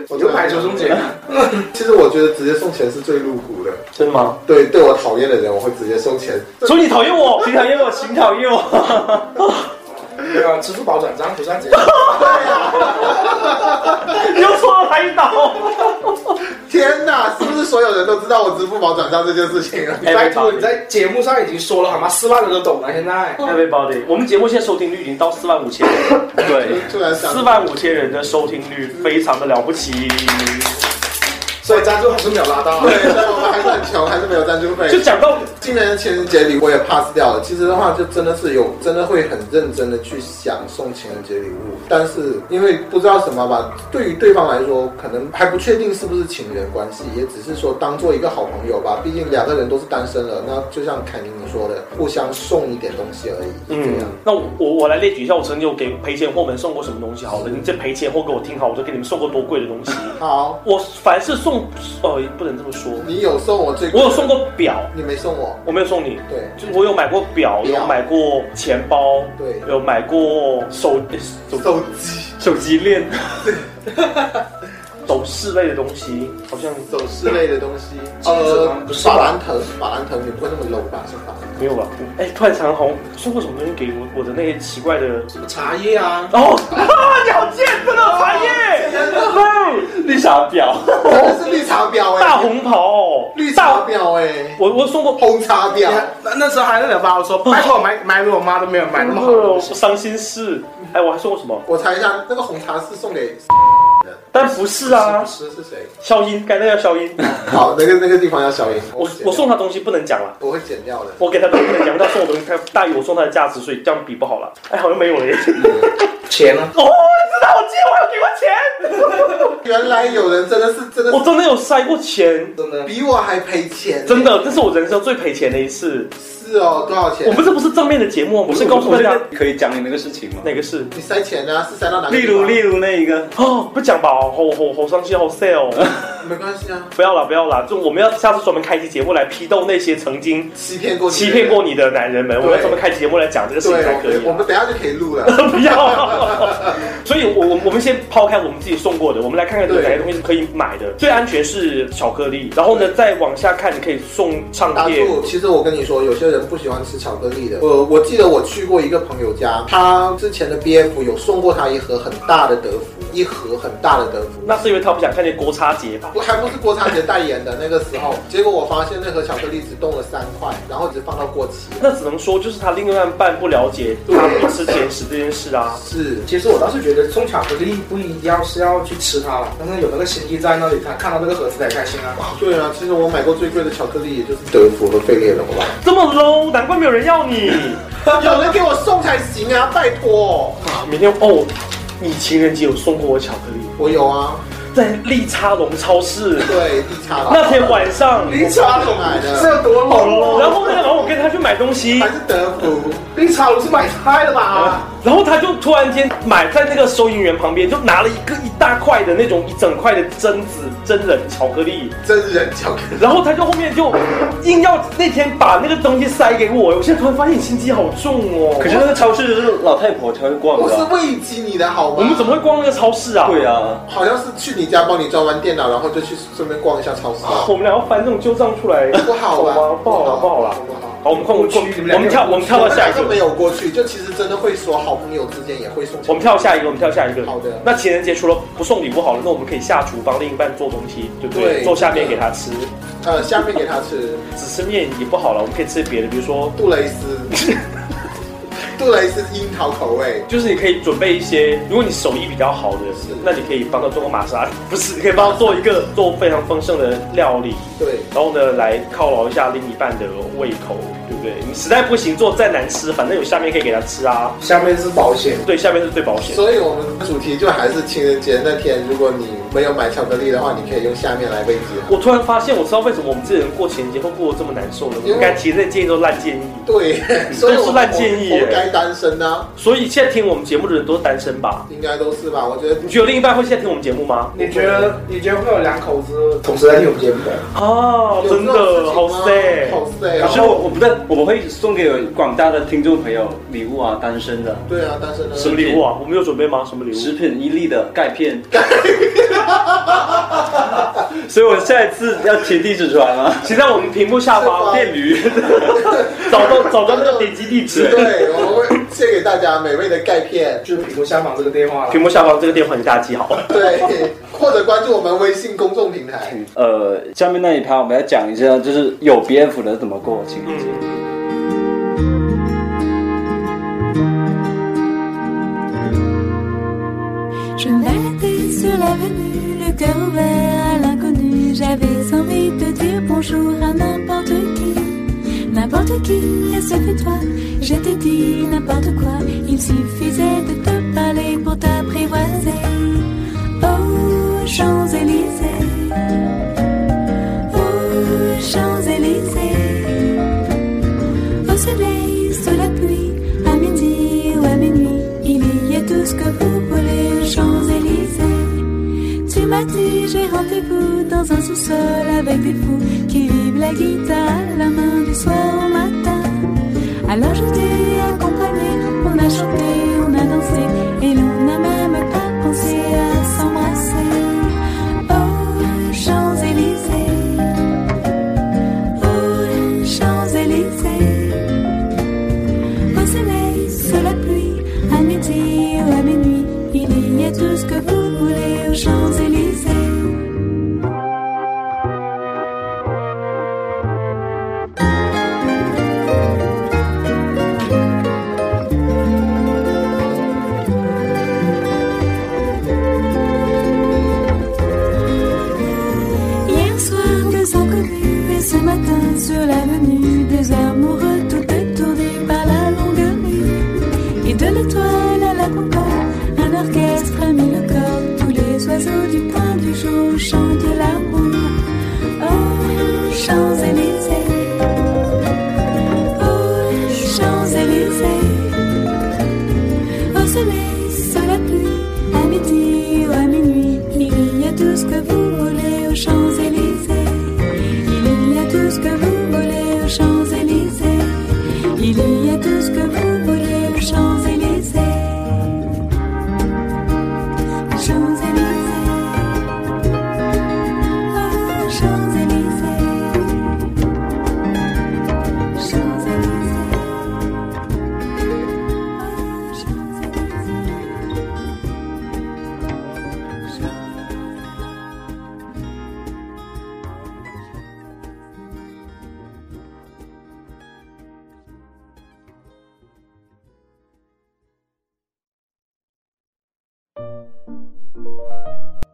Speaker 6: 我就排球终结。
Speaker 5: 其实我觉得直接送钱是最露骨的，
Speaker 4: 真的吗？
Speaker 5: 对，对我讨厌的人，我会直接送钱。
Speaker 4: 所以你讨厌我？
Speaker 9: 请讨厌我，请讨厌我。
Speaker 6: 没有，啊支付宝转账不算结。
Speaker 4: 你又说到台岛，
Speaker 5: 天哪，是不是所有人都知道我支付宝转账这件事情了？
Speaker 4: 哎
Speaker 6: 拜托，你在节目上已经说了好吗？四万人都懂了，现在。
Speaker 4: Everybody，我们节目现在收听率已经到四万五千人，
Speaker 9: 对，
Speaker 5: 突然想
Speaker 4: 四万五千人的收听率非常的了不起。
Speaker 6: 所以赞助还是没有拉到。
Speaker 5: 对，但我们还是很穷，还是没有赞助费。
Speaker 4: 就讲到
Speaker 5: 今年的情人节礼我也 pass 掉了。其实的话，就真的是有，真的会很认真的去想送情人节礼物，但是因为不知道什么吧，对于对方来说，可能还不确定是不是情人关系，也只是说当做一个好朋友吧。毕竟两个人都是单身了，那就像凯宁你说的，互相送一点东西而已，嗯就这样。
Speaker 4: 嗯那我我我来列举一下，我曾经有给赔钱货们送过什么东西好了。你这赔钱货给我听好，我都给你们送过多贵的东西。
Speaker 5: 好，
Speaker 4: 我凡是送，呃，不能这么说，
Speaker 5: 你有送我最，
Speaker 4: 我有送，过表，
Speaker 5: 你没送我，
Speaker 4: 我没有送你。
Speaker 5: 对，
Speaker 4: 就是我有买过表，
Speaker 5: 表
Speaker 4: 有买过钱包，
Speaker 5: 对
Speaker 4: 有买过手手
Speaker 5: 手机、
Speaker 9: 手机链，
Speaker 4: 首饰类的东西，好像
Speaker 5: 首饰类的东西，
Speaker 6: 子吗不是吧
Speaker 5: 呃法兰藤，法兰藤，你不会那么 low 吧？是法兰藤。
Speaker 4: 没有吧？哎，突然想好像送过什么东西给我，我的那些奇怪的
Speaker 6: 什么茶叶啊，
Speaker 4: 哦，啊，你好贱，真的茶叶，对，
Speaker 9: 绿茶婊，
Speaker 5: 真的是绿茶婊哎、
Speaker 4: 大红袍，
Speaker 5: 绿
Speaker 4: 大
Speaker 5: 茶，婊哎、
Speaker 4: 我我送过
Speaker 5: 红茶婊
Speaker 6: 你，看那那时候还在聊吧，我说拜托我买买给我妈都没有买那么好的东西。
Speaker 4: 伤心事。哎，我还送过什么？
Speaker 5: 我猜一下，那个红茶是送给
Speaker 4: 但不是啊，
Speaker 5: 是是谁？
Speaker 4: 消音，该那叫消音。
Speaker 5: 好，那个那个地方要小心。
Speaker 4: 我
Speaker 5: 剪掉
Speaker 4: 我送他东西不能讲了，
Speaker 5: 我会剪掉的。
Speaker 4: 我给他东西不能讲，因为他送我东西，他大于我送他的价值，所以这样比不好了。哎，好像没有了耶。
Speaker 6: 钱呢？
Speaker 4: 哦，你知道我借我还要给过钱，
Speaker 5: 原来有人真的是真的
Speaker 4: 我真的有塞过钱。
Speaker 6: 真的，
Speaker 5: 比我还赔钱，
Speaker 4: 真的，这是我人生最赔钱的一次。
Speaker 5: 是哦，多少
Speaker 4: 我
Speaker 5: 钱？
Speaker 4: 们这不是正面的节目，哦我是告诉大家
Speaker 9: 可以讲你那个事情吗？
Speaker 4: 哪个是。
Speaker 5: 你塞钱啊？是塞到哪个
Speaker 9: 例
Speaker 5: 地方？
Speaker 9: 如，例如那一个，
Speaker 4: 哦，不讲吧，好好好伤心，好 sad 哦。
Speaker 5: 没关系啊，
Speaker 4: 不要啦，不要啦，就我们要下次专门开一期节目来批斗那些曾经
Speaker 5: 欺骗过你，
Speaker 4: 欺骗过你的男人们，我们要专门开节目来讲这个事
Speaker 5: 对，
Speaker 4: 情才
Speaker 5: 我
Speaker 4: 可以啊
Speaker 5: 们我。们等一下就可以录 了。
Speaker 4: 不要， 所以我我我们先抛开我们自己送过的，我们来看看有哪些东西是可以买的。最安全是巧克力，然后呢，再往下看，你可以送唱
Speaker 5: 打
Speaker 4: 片。
Speaker 5: 住！其实我跟你说，有些人不喜欢吃巧克力的。呃我我记得我去过一个朋友家，他之前的 BF 有送过他一盒很大的德芙，一盒很大的德芙。
Speaker 4: 那是因为他不想看见郭叉节吧？
Speaker 5: 我还不是郭昌杰代言的那个时候，结果我发现那盒巧克力只冻了三块，然后只放到过期了。
Speaker 4: 那只能说就是他另外一半不了解他不吃甜食这件事啊。
Speaker 5: 是
Speaker 6: 其实我倒是觉得冲巧克力不一定要是要去吃它了，但是有那个心意在那里，他看到那个盒子才开心啊。
Speaker 5: 对啊，其实我买过最贵的巧克力也就是德芙和费列罗吧。
Speaker 4: 这么 low，难怪没有人要你。
Speaker 5: 有人给我送才行啊，拜托。
Speaker 4: 明天哦，你情人节有送过我巧克力，
Speaker 5: 我有啊，
Speaker 4: 在利差龙超市
Speaker 5: 对，利差龙，
Speaker 4: 那天晚上，
Speaker 5: 利差龙买的，
Speaker 6: 这有多老了？
Speaker 4: 然后那天晚上我跟他去买东西
Speaker 5: 还，是德芙，
Speaker 6: 绿茶我是买菜的吧？
Speaker 4: 然后他就突然间买在那个收银员旁边，就拿了一个一大块的那种一整块的榛子真人巧克力，
Speaker 5: 真人巧克力。
Speaker 4: 然后他就后面就硬要那天把那个东西塞给我，我现在突然发现你心机好重哦。
Speaker 9: 可是那个超市是老太婆才会逛
Speaker 5: 我
Speaker 9: 的
Speaker 5: 是
Speaker 9: 啊。
Speaker 5: 慰藉你的好吗？
Speaker 4: 我们怎么会逛那个超市啊？
Speaker 9: 对啊，
Speaker 5: 好像是去你家帮你装完电脑，然后就去顺便逛一下超市。
Speaker 4: 我们俩要翻这种旧账出来，
Speaker 5: 不好啊吧
Speaker 4: 吗？不好啊了，不好了。
Speaker 5: 不好。
Speaker 4: 好，我们看我们我们跳，我们跳
Speaker 5: 我
Speaker 4: 到
Speaker 5: 们
Speaker 4: 下一
Speaker 5: 两
Speaker 4: 个
Speaker 5: 个。没有过去，就其实真的会说好朋友之间也会送巧克力。
Speaker 4: 我们跳下一个，我们跳下一个。
Speaker 5: 好的
Speaker 4: 那情人节除了不送礼物好了，那我们可以下厨帮另一半做东西，对不对？
Speaker 5: 对
Speaker 4: 做下面给他吃，
Speaker 5: 呃，下面给他吃
Speaker 4: 只吃面也不好了，我们可以吃别的，比如说，
Speaker 5: 杜蕾斯，杜蕾斯樱桃口味。
Speaker 4: 就是你可以准备一些，如果你手艺比较好的，那你可以帮他做个玛莎，不是，你可以帮他做一个做非常丰盛的料理，
Speaker 5: 对，
Speaker 4: 然后呢来犒劳一下另一半的胃口，对不对？你实在不行做再难吃，反正有下面可以给他吃啊。
Speaker 6: 下面是保险，
Speaker 4: 对，下面是最保险的。
Speaker 5: 所以我们主题就还是情人节那天，如果你没有买巧克力的话，你可以用下面来慰藉。
Speaker 4: 我突然发现，我知道为什么我们这些人过情人节会过得这么难受了。我
Speaker 5: 因为
Speaker 4: 们刚才提的那建议都是烂建议。
Speaker 5: 对，所以我
Speaker 4: 都是烂建议耶
Speaker 5: 活活该单身啊，
Speaker 4: 所以现在听我们节目的人都是单身吧？
Speaker 5: 应该都是吧？我觉得
Speaker 4: 你觉得另一半会现在听我们节目吗？
Speaker 6: 你觉得你觉得会有两口子同时在听我们节目的？
Speaker 4: 啊，
Speaker 5: 有
Speaker 4: 真
Speaker 5: 这种事
Speaker 4: 的
Speaker 5: 情
Speaker 4: 好
Speaker 5: 吗
Speaker 4: sad。
Speaker 5: 好 sad
Speaker 9: 可
Speaker 5: 啊。
Speaker 9: 是我我不但我们会送给广大的听众朋友礼物啊，单身的
Speaker 5: 对啊，单身呢？
Speaker 4: 什么礼物啊？我们有准备吗？什么礼
Speaker 9: 食
Speaker 4: 物？
Speaker 9: 品伊利的钙 片。所以我下一次要贴地址出来吗？
Speaker 4: 请在我们屏幕下方
Speaker 5: 是
Speaker 9: 电驴，
Speaker 4: 找到找到那个点击地址，
Speaker 5: 对，我们会借给大家美味的钙片。
Speaker 6: 就是屏幕下方这个电话了
Speaker 4: 屏。幕下方这个电话你大家记好。
Speaker 5: 对，或者关注我们微信公众平台。
Speaker 9: 呃，下面那一趴我们来讲一下，就是有 BF 的怎么过情
Speaker 5: 嗯
Speaker 9: 人节。
Speaker 10: Je m'arrêtais sur l'avenue, le cœur ouvert à l'inconnu. J'avais envie de dire bonjour à n'importe qui. N'importe qui, et ce fut toi. Je t'ai dit n'importe quoi. Il suffisait de te parler pour t'apprivoiser. Aux Champs-Élysées. Aux Champs-Élysées. Au soleil, sous la pluie, à midi ou à minuit, il y a tout ce que vous voulez aux Champs-Élysées. Tu m'as dit, j'ai rendez-vous dans un sous-sol avec des fous qui vivent la guitare à la main du soir au matin. Alors je t'ai accompagné, on a chanté, on a dansé, et l'on n'a même pas pensé à s'embrasser. Aux Champs-Élysées, aux Champs-Élysées. Au soleil, sous la pluie, à midi ou à minuit, il y a tout ce que vous voulez aux Champs-Élysées. Hier soir, deux inconnus et ce matin sur l'avenue, des amoureux tout étourdis par la longue nuit. Et de l'étoile à la concorde, un orchestre a mis le corps. Tous les oiseaux du point du jour chantent l'amour. Oh, Champs-Élysées. Oh, Champs-Élysées. Au soleil, sous la pluie, à midi ou à minuit, il y a tout ce que vous voulez aux Champs-Élysées. Il y a tout ce que vous voulez aux Champs-Élysées. Il y a tout ce que vous voulez aux Champs-Élysées. Champs-Élysées. Oh, Champs-Élysées. Champs-Élysées. Oh, Champs-Élysées.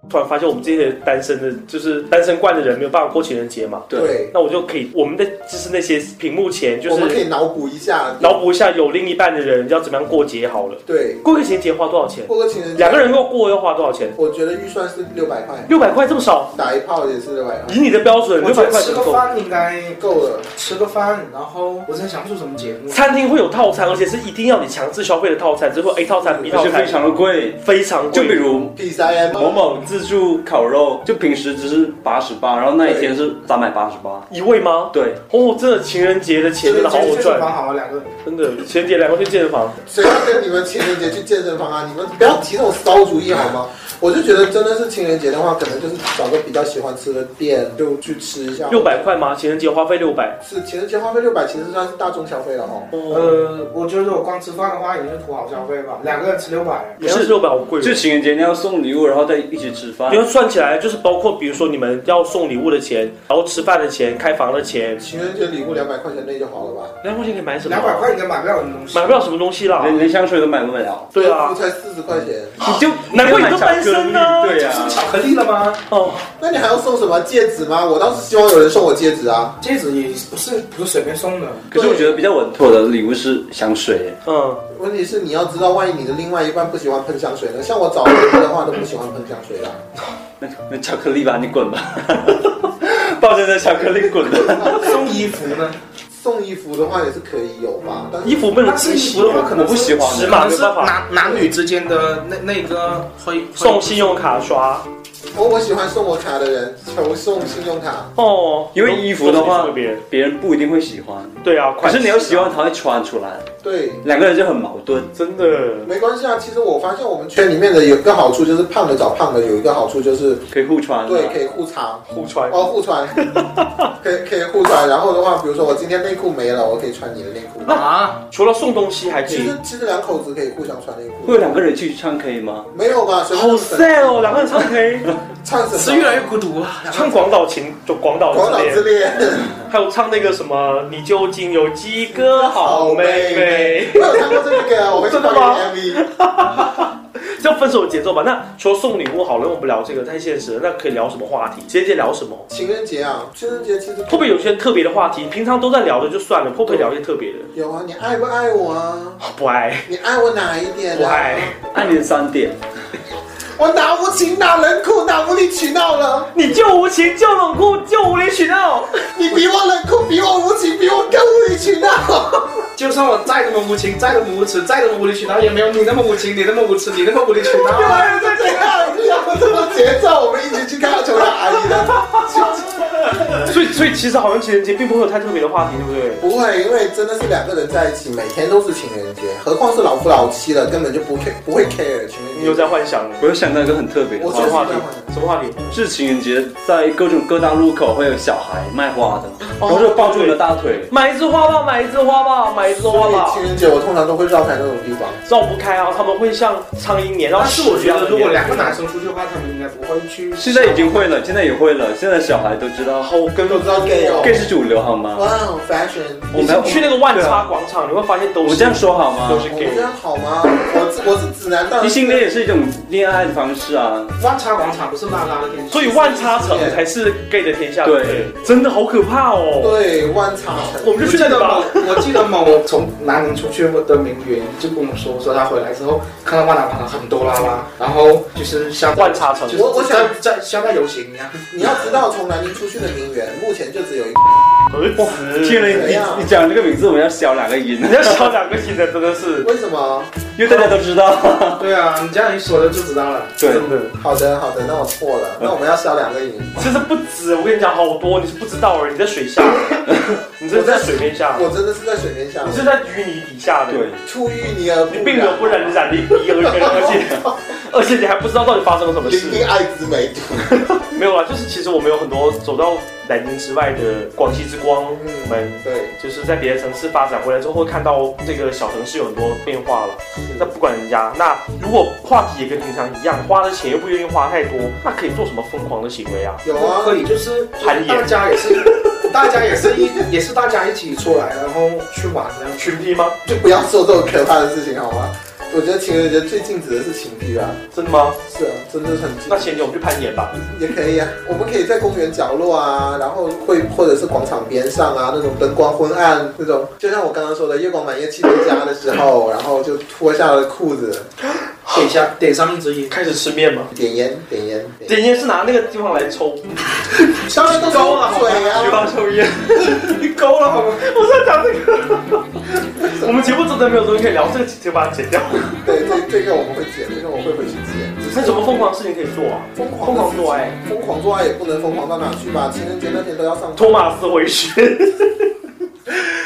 Speaker 4: 突然发现我们这些单身的，就是单身惯的人没有办法过情人节嘛。
Speaker 5: 对，
Speaker 4: 那我就可以，我们的就是那些屏幕前，就
Speaker 5: 我们可
Speaker 4: 是
Speaker 5: 以脑补一下，
Speaker 4: 脑补一下有另一半的人要怎么样过节好了。
Speaker 5: 对，
Speaker 4: 过个情人节花多少钱？
Speaker 5: 过个情人节，
Speaker 4: 两个人，要过要花多少钱？
Speaker 5: 我觉得预算是六百块，
Speaker 4: 六百块这么少？
Speaker 5: 打一炮也是六百块
Speaker 4: 以，你的标准，
Speaker 6: 我
Speaker 4: 六
Speaker 6: 觉
Speaker 4: 百
Speaker 6: 得
Speaker 4: 块
Speaker 6: 吃
Speaker 4: 怎
Speaker 6: 个
Speaker 4: 么够？
Speaker 6: 饭应该
Speaker 5: 够了。
Speaker 6: 吃个饭，然后我真想不出什么节目。
Speaker 4: 餐厅会有套餐，而且是一定要你强制消费的套餐，只会 A 套餐、B
Speaker 9: 而
Speaker 4: 套
Speaker 9: 且
Speaker 4: 餐，
Speaker 9: 非常的贵。
Speaker 4: 非常
Speaker 9: 就
Speaker 4: 贵。
Speaker 9: 比如
Speaker 5: P 三 M
Speaker 9: 某某自助烤肉，就平时只是八十八，然后那一天是三百八十八。
Speaker 4: 一位吗？
Speaker 9: 对，
Speaker 4: 哦，真的情人节的钱真的好好
Speaker 6: 健身
Speaker 4: 赚，
Speaker 6: 房好啊，两个人。
Speaker 4: 真的情人节两个去健身房，
Speaker 5: 谁要跟你们情人节去健身房啊？你们不要提那种骚主意好吗？我就觉得真的是情人节的话，可能就是找个比较喜欢吃的店就去吃一下。
Speaker 4: 六百块吗？情人节花费六百，
Speaker 5: 是情人节花费六百，其实算是大众消费了哈。
Speaker 6: 呃，我觉得我光吃饭的话也是土豪消费吧，两个人吃六百。
Speaker 4: 不是六百好贵哦。
Speaker 9: 就情人节你要送礼物，然后再一起吃饭
Speaker 4: 你。要算起来，就是包括比如说你们要送礼物的钱，然后吃饭的钱、开房的钱，
Speaker 5: 情人节礼物两百块钱内就好了吧？
Speaker 4: 两百块钱可以买什么？
Speaker 6: 两百块应该买不了什么东西，
Speaker 4: 买不了什么东西啦。
Speaker 9: 连连香水都买不了，
Speaker 4: 对啊
Speaker 5: 这，才四十块钱，
Speaker 9: 你就
Speaker 4: 难怪你都单身啊
Speaker 9: 对呀、
Speaker 6: 是巧克力了吗？
Speaker 4: 哦，
Speaker 5: 那你还要送什么戒指吗？我倒是希望有人送我戒指啊。
Speaker 6: 戒指也不是不是随便送的，
Speaker 9: 可是我觉得比较稳妥的礼物是香水，
Speaker 4: 嗯，
Speaker 5: 问题是你要知道，万一你的另外一半不喜欢喷香水呢？像我找别人的话都不喜欢喷香水的。
Speaker 9: 那那巧克力吧，你滚吧， 抱着那巧克力滚吧。
Speaker 6: 送衣服呢？
Speaker 5: 送衣服的话也是可以有吧，但是
Speaker 4: 衣服不能
Speaker 6: 但是
Speaker 4: 吃，
Speaker 6: 衣
Speaker 4: 洗
Speaker 6: 服的话，可能
Speaker 9: 我不喜欢
Speaker 4: 尺
Speaker 6: 是
Speaker 4: 码
Speaker 6: 可
Speaker 4: 没
Speaker 6: 能是
Speaker 4: 办法。
Speaker 6: 男男女之间的那那个会会
Speaker 4: 送信用卡刷
Speaker 5: 哦我我喜欢送我卡的人，求送信用卡。
Speaker 4: 哦，
Speaker 9: 因为衣服的话
Speaker 4: 送给别人，
Speaker 9: 别人不一定会喜欢，
Speaker 4: 对啊，
Speaker 9: 可是你要喜
Speaker 4: 欢
Speaker 9: 欢他会穿出来，
Speaker 5: 对，
Speaker 9: 两个人就很矛盾。
Speaker 4: 真的
Speaker 5: 没关系啊。其实我发现我们圈里面的有一个好处就是胖的找胖的，有一个好处就是
Speaker 9: 可以互穿，啊
Speaker 5: 对可以互查
Speaker 4: 互穿。
Speaker 5: 哦互传， 可以可以互传。然后的话，比如说我今天内裤没了，我可以穿你的内裤。
Speaker 6: 啊，
Speaker 4: 除了送东西，还可
Speaker 5: 其
Speaker 4: 以
Speaker 5: 实其实两口子可以互相穿内
Speaker 9: 会有
Speaker 5: 裤，
Speaker 9: 两个人去唱 K 吗？
Speaker 5: 没有吧？谁
Speaker 4: 好 sad 哦，两个人唱 K，
Speaker 5: 唱什
Speaker 6: 是
Speaker 5: 么
Speaker 6: 越？来越孤独啊。
Speaker 4: 唱广岛情，就广岛
Speaker 5: 广岛
Speaker 4: 之恋
Speaker 5: 之，恋，
Speaker 4: 还有唱那个什么，你究竟有几个好妹妹？
Speaker 5: 我有看过这个，啊我会去
Speaker 4: 真的
Speaker 5: 看
Speaker 4: 吗
Speaker 5: MV。
Speaker 4: 这分手的节奏吧。那除了送礼物好了，我们聊这个太现实了。那可以聊什么话题？情人节聊什么？
Speaker 5: 情人节啊，情人节其实
Speaker 4: 会不会有些特别的话题？平常都在聊的就算了，会不会聊一些特别的？
Speaker 5: 有啊？你爱不爱我啊？
Speaker 4: 不爱，
Speaker 5: 你爱我哪一点、啊？
Speaker 4: 不爱，
Speaker 9: 按你的三点，
Speaker 5: 我哪无情哪冷酷哪无理取闹了？
Speaker 4: 你就无情，就冷酷，就无理取闹。
Speaker 5: 你比我冷酷，比我无情，比我更无理取闹。
Speaker 6: 就算我再那么无情，再那么无耻，再那么无理取闹，也没有你那么无情，你那么无耻，你那么无理 取闹。
Speaker 5: 对对对，要这么节奏，我们一起去看看球场阿姨的。
Speaker 4: 所以，所以其实好像情人节并不会有太特别的话题，对不对？
Speaker 5: 不会，因为真的是两个人在一起，每天都是情人节，何况是老夫老妻了，根本就不 care 不会 care 情人
Speaker 4: 你
Speaker 5: 节。
Speaker 4: 又在幻想了。
Speaker 9: 我又想到一个很特别的
Speaker 5: 我
Speaker 9: 话
Speaker 5: 就
Speaker 4: 什么
Speaker 5: 是这
Speaker 4: 话
Speaker 5: 样
Speaker 4: 题？什么话题？
Speaker 9: 是情人节，在各种各大路口会有小孩卖花的，然后就抱住你的大腿，
Speaker 4: 买一枝花吧，买一枝花吧，买一枝花
Speaker 5: 所以
Speaker 4: 吧。
Speaker 5: 情人节我通常都会绕开那种地方。
Speaker 4: 绕不开啊，他们会像苍蝇粘到
Speaker 6: 但
Speaker 4: 屎
Speaker 6: 是我
Speaker 4: 一
Speaker 6: 觉
Speaker 4: 样
Speaker 6: 得，
Speaker 4: 的
Speaker 6: 如果
Speaker 4: 粘
Speaker 6: 两个男生出去的话，他们应该不会 去。
Speaker 9: 现在已经会了，现在也会了，现在小孩都知道
Speaker 4: 好跟
Speaker 5: 都知道 gay 哦
Speaker 9: gay 是主流好吗？
Speaker 5: 哇哦，fashion！
Speaker 9: 我
Speaker 4: 你
Speaker 9: 们
Speaker 4: 去那个万差广场，你会发现都
Speaker 9: 我
Speaker 4: 是
Speaker 9: 们这样说好
Speaker 4: 都
Speaker 9: 吗
Speaker 4: 是
Speaker 5: 我
Speaker 4: gay
Speaker 5: 这。样好吗？我是我是指南当然
Speaker 9: 异性恋也是一种恋爱的方式啊，
Speaker 6: 万差广场不是拉拉的天使，
Speaker 4: 所以万差城才是 gay 的天下，
Speaker 9: 对
Speaker 4: 不真的好可怕哦。
Speaker 5: 对万茶
Speaker 4: 我们
Speaker 5: 城，
Speaker 6: 我
Speaker 4: 就去
Speaker 6: 记
Speaker 4: 那
Speaker 6: 得
Speaker 4: 里吧
Speaker 6: 某，，我记得某从南宁出去的名媛就跟我说，说他回来之后看到万达广场很多拉拉，然后就是像
Speaker 4: 万差城
Speaker 6: 就是
Speaker 5: 我我想
Speaker 6: 在在像在啊游行一样，
Speaker 5: 你要知道，从南宁出去的名媛，目前就只有一个。
Speaker 4: 儿子。
Speaker 9: 天了，
Speaker 5: 怎样
Speaker 9: 你你讲这个名字，我们要消两个音，
Speaker 4: 你要少两个新的，真的是
Speaker 5: 为什么？
Speaker 9: 因为大家都知道。
Speaker 6: 对啊，你这样一说就知道了。
Speaker 9: 对，
Speaker 4: 真的。
Speaker 5: 好的，好的，那我错了，那我们要消两个赢。
Speaker 4: 其实不止，我跟你讲好多，你是不知道而已你在水下，你这是在水面下，
Speaker 5: 我真的是在水面下
Speaker 4: 你，是在淤泥底下的。
Speaker 9: 对，
Speaker 5: 出淤泥而
Speaker 4: 你并没有不染染你鼻而根，而且而且你还不知道到底发生了什么
Speaker 5: 零
Speaker 4: 事。
Speaker 5: 零艾滋梅毒。
Speaker 4: 没有啦，啊就是其实我们有很多走到南京之外的广西之光，
Speaker 5: 嗯
Speaker 4: 我们
Speaker 5: 对，
Speaker 4: 就是在别的城市发展回来之后，会看到这个小城市有很多变化了。那不管人家，那如果话题也跟平常一样，花的钱又不愿意花太多，那可以做什么疯狂的行为啊？
Speaker 5: 有
Speaker 6: 可
Speaker 5: 啊，
Speaker 6: 以，就是
Speaker 4: 攀岩
Speaker 6: 大家也是，大家 也是一也是大家一起出来，然后去玩这样去。
Speaker 4: 群批吗？
Speaker 5: 就不要做这种可怕的事情好吗？我觉得情人节最禁止的是情侣啊，
Speaker 4: 真的吗？
Speaker 5: 是啊，真的是很禁
Speaker 4: 那前天我们去攀岩吧，
Speaker 5: 也可以啊，我们可以在公园角落啊，然后会或者是广场边上啊，那种灯光昏暗那种，就像我刚刚说的，月光满夜气氛佳的时候，然后就脱下了裤子，
Speaker 6: 点下点三分之一，
Speaker 4: 开始吃面吗？
Speaker 5: 点烟点烟，点烟
Speaker 4: 点烟是拿那个地方来抽，
Speaker 5: 上面都是水
Speaker 4: 菊
Speaker 5: 啊，
Speaker 4: 花抽烟， 你勾了好吗？我在讲这个，我 们节目真的没有东西可以聊，这个就把它剪掉。
Speaker 5: 对，这这个我们会剪，这个我会回去剪，只
Speaker 4: 那
Speaker 5: 是
Speaker 4: 什么疯狂的事情可以做啊？
Speaker 5: 疯狂
Speaker 4: 疯狂做哎爱，
Speaker 5: 疯狂做爱也不能疯狂到哪去吧，情人节那天都要上
Speaker 4: 托马斯回旋，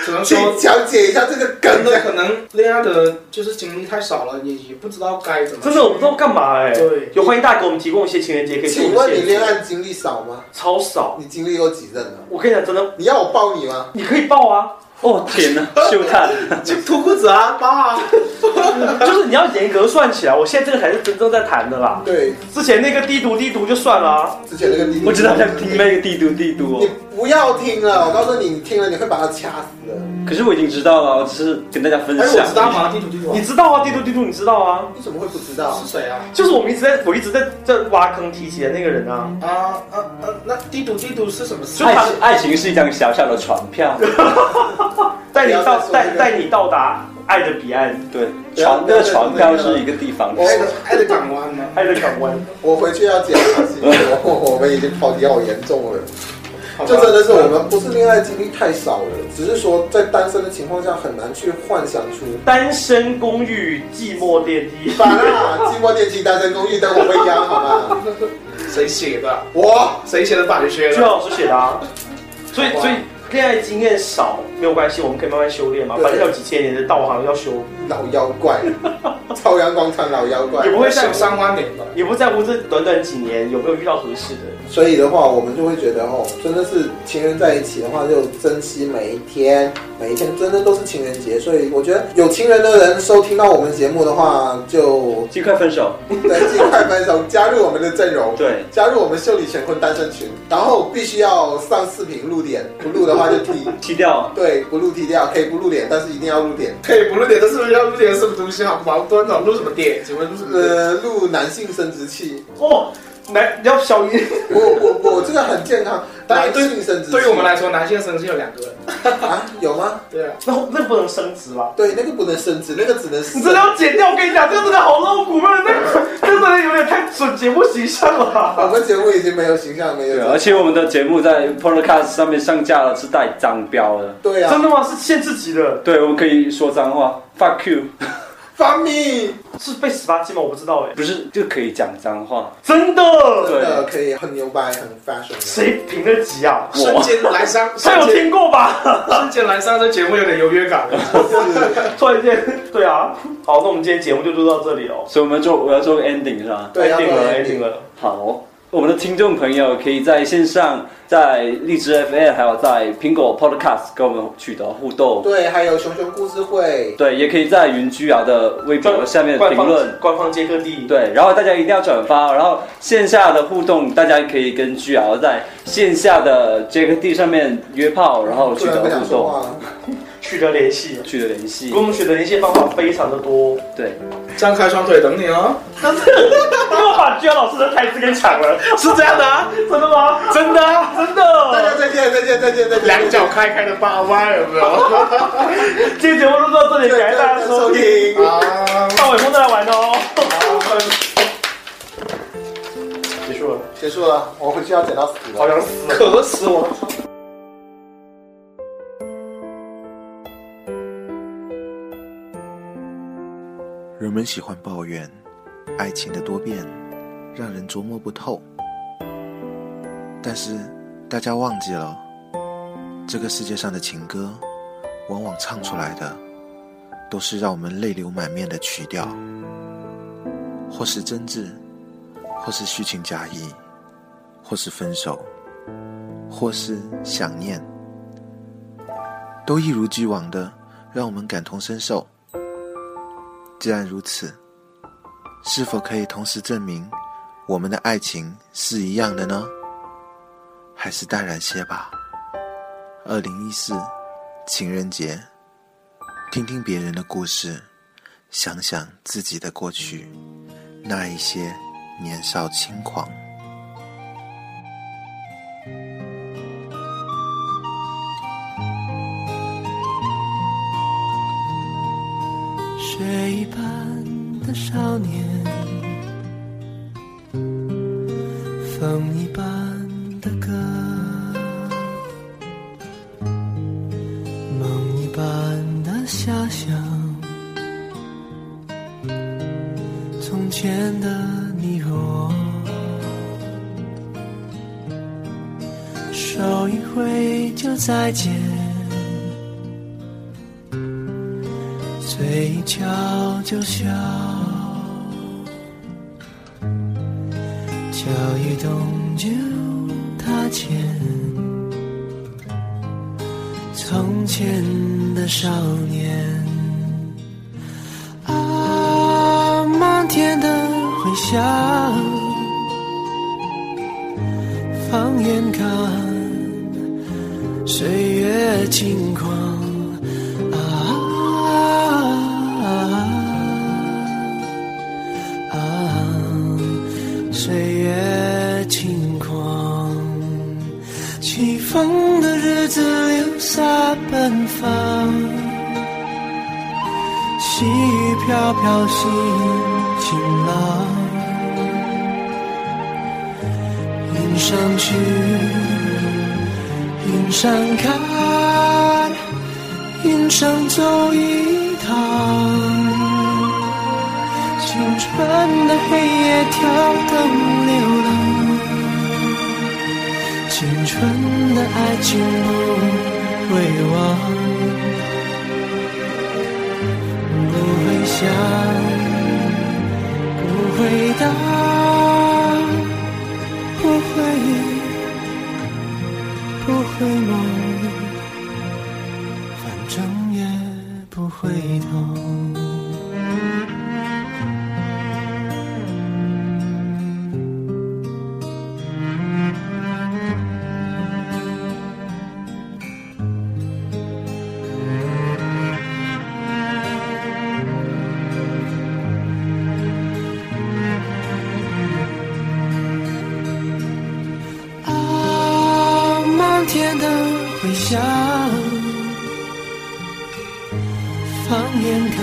Speaker 6: 只能
Speaker 5: 请
Speaker 6: 说
Speaker 5: 讲解一下这个
Speaker 6: 真
Speaker 5: 梗
Speaker 6: 的
Speaker 5: 的。
Speaker 6: 可能恋爱的就是经历太少了，也也不知道该怎么。
Speaker 4: 真的我不知道干嘛哎。
Speaker 6: 对
Speaker 4: 有欢迎大家给我们提供一些情人节可以做的
Speaker 5: 请问你
Speaker 4: 陷阱
Speaker 5: 恋爱经历少吗？
Speaker 4: 超少？
Speaker 5: 你经历过几任呢？
Speaker 4: 我跟你讲，真的，
Speaker 5: 你要我抱你吗？
Speaker 4: 你可以报啊。
Speaker 9: 哦天哪，秀探，
Speaker 5: 就脱裤子啊，抱 啊！
Speaker 4: 就是你要严格算起来，我现在这个才是真正在谈的啦。
Speaker 5: 对，
Speaker 4: 之前那个低毒低毒就算了、啊，
Speaker 5: 之前那个你，
Speaker 9: 我知道想听那个帝都帝都
Speaker 5: 你
Speaker 9: 哦，
Speaker 5: 不要听了，我告诉你，你听了你会把他掐死的。
Speaker 9: 可是我已经知道了，我只是跟大家分
Speaker 6: 哎，我知道
Speaker 9: 享。
Speaker 6: 吗？地图地图
Speaker 4: 你知道啊，低毒低毒你知道啊，
Speaker 5: 你怎么会不知道
Speaker 6: 是？谁啊？
Speaker 4: 就是我们一直在我一直在在挖坑提起的那个人啊，
Speaker 6: 啊啊啊！那地图地图是什么？
Speaker 4: 就
Speaker 9: 爱
Speaker 5: 哎
Speaker 4: 他
Speaker 9: 情，爱情是一张小小的船票，
Speaker 4: 带你
Speaker 5: 不要再
Speaker 4: 到
Speaker 5: 说
Speaker 4: 带
Speaker 5: 这个
Speaker 4: 带你到达爱的彼岸，
Speaker 9: 对，啊
Speaker 5: 对啊
Speaker 9: 船那个船票是一个地方的
Speaker 5: 我
Speaker 9: 事，
Speaker 6: 爱的港湾 吗？
Speaker 4: 爱的港湾。
Speaker 5: 我回去要检查心理，我我们已经跑题好严重了。就真的是我们不是恋爱经历太少了，只是说在单身的情况下很难去幻想出。
Speaker 4: 单身公寓寂寞电梯，
Speaker 5: 把那寂寞啊电梯单身公寓等我未央好吗？
Speaker 6: 谁写的？
Speaker 5: 我
Speaker 6: 谁写的版权
Speaker 4: 居？老师写的啊，所以
Speaker 6: 好啊
Speaker 4: 所以恋爱经验少没有关系，我们可以慢慢修炼嘛，
Speaker 5: 对
Speaker 4: 反正有几千年的道行要修，
Speaker 5: 老妖怪，朝阳广场老妖怪
Speaker 4: 也。不会在
Speaker 6: 想三万年吧？
Speaker 4: 也不在乎这短短几年有没有遇到合适的。
Speaker 5: 所以的话，我们就会觉得哦，真的是情人在一起的话，就珍惜每一天，每一天真的都是情人节。所以我觉得有情人的人收听到我们节目的话，就
Speaker 9: 尽快分手。
Speaker 5: 在尽快分手，加入我们的阵容，
Speaker 9: 对，
Speaker 5: 加入我们秀里乾坤单身群，然后必须要上视频露脸，不露的话就踢。
Speaker 9: 踢掉。
Speaker 5: 对，不露踢掉，可以不露脸，但是一定要露脸。
Speaker 6: 可以不录点，但是不是要录点什么东西？好矛盾哦！录什么点？请问录什么点？
Speaker 5: 呃，露男性生殖器，
Speaker 4: 哦，来，你要小于
Speaker 5: 我我我这个很健康，
Speaker 6: 但
Speaker 4: 啊
Speaker 5: 男
Speaker 6: 对
Speaker 5: 性生殖器，
Speaker 6: 对于我们来说，男性生是有两个人。
Speaker 5: 啊，有吗？
Speaker 6: 对啊，
Speaker 4: 那那不能升职吧？
Speaker 5: 对，那个不能生殖，那个只能
Speaker 4: 你真的要剪掉，我跟你讲，这个真的好露骨，不 然那个这个真的有点太损节目形象啊
Speaker 5: 我
Speaker 4: 了。
Speaker 5: 们节目已经没有形象，没有
Speaker 9: 对，啊而且我们的节目在 Podcast 上面上架了，是带脏标的。
Speaker 5: 对
Speaker 4: 真
Speaker 5: 啊，
Speaker 4: 的吗？是限制级的，
Speaker 9: 对，我们可以说脏话，fuck you，
Speaker 5: 翻译
Speaker 4: 是被十八禁吗？我不知道哎、
Speaker 9: 不是就可以讲脏话。
Speaker 4: 真的，
Speaker 5: 真的可以很牛掰，很 fashion 啊的。
Speaker 4: 谁评得级啊？
Speaker 6: 瞬间来 上，
Speaker 4: 谁有
Speaker 6: 瞬间
Speaker 4: 听过吧？
Speaker 6: 瞬间来上这节目有点优越感了。
Speaker 4: 突然间，对啊，好，那我们今天节目就录到这里哦。
Speaker 9: 所以我们做我要做个 ending 是吧？
Speaker 5: 对，要
Speaker 4: ending
Speaker 5: 不
Speaker 4: 了
Speaker 5: 然
Speaker 4: ，ending 了。
Speaker 9: 好，我们的听众朋友可以在线上，在荔枝 FM，还有在苹果 Podcast 跟我们取得互动。
Speaker 5: 对，还有熊熊故事会，
Speaker 9: 对，也可以在云居瑶的微博下面
Speaker 4: 官
Speaker 9: 评
Speaker 4: 方
Speaker 9: 论。
Speaker 4: 官方接客地，
Speaker 9: 对，然后大家一定要转发，然后线下的互动，大家可以跟居瑶在线下的 JKD 上面约炮，然
Speaker 6: 哦
Speaker 9: 后取
Speaker 5: 突然
Speaker 9: 得
Speaker 5: 不想
Speaker 9: 互
Speaker 5: 说
Speaker 9: 动，
Speaker 5: 话了。
Speaker 4: 取得联系，
Speaker 9: 取得联系
Speaker 4: 跟。我们取得联系的方法非常的多。
Speaker 9: 对，
Speaker 6: 张开双腿等你哦。
Speaker 4: 又把居然老师的台词给抢了，
Speaker 6: 是这样的啊，
Speaker 4: 真的吗？
Speaker 6: 真的啊，
Speaker 4: 真
Speaker 5: 大家
Speaker 4: 的。
Speaker 5: 再见，再见，再见，再见。
Speaker 6: 两脚开开的八弯有 没 啊有？
Speaker 4: 今天节目录到这里，
Speaker 5: 对
Speaker 4: 感谢大家收
Speaker 5: 收
Speaker 4: 听。
Speaker 5: 听。
Speaker 6: 啊，
Speaker 4: 到尾风再来玩哦。结束了，
Speaker 5: 结束了，我回去要剪到死了
Speaker 4: 好。想死。
Speaker 6: 渴死我了。
Speaker 11: 人们喜欢抱怨爱情的多变，让人琢磨不透。但是大家忘记了，这个世界上的情歌，往往唱出来的都是让我们泪流满面的曲调，或是真挚，或是虚情假意，或是分手，或是想念，都一如既往的让我们感同身受。既然如此，是否可以同时证明我们的爱情是一样的呢？还是淡然些吧。二零一四情人节，听听别人的故事，想想自己的过去，那一些年少轻狂。
Speaker 10: 水一般的少年，风一般的歌，梦一般的遐想，从前的你和我，手一挥就再见。嘴一翘就笑，脚一动就踏前，从前的少年。啊，漫天的回响，放眼看，岁月轻狂。啊啊啊！岁月轻狂，起风的日子留下奔放，细雨飘飘心晴朗，云上去，云上看。云上走一趟，青春的黑夜挑灯流浪，青春的爱情不会忘，不会想，不会答，不会忆，不会梦。反正也不回头。啊，漫天的回响。放眼看，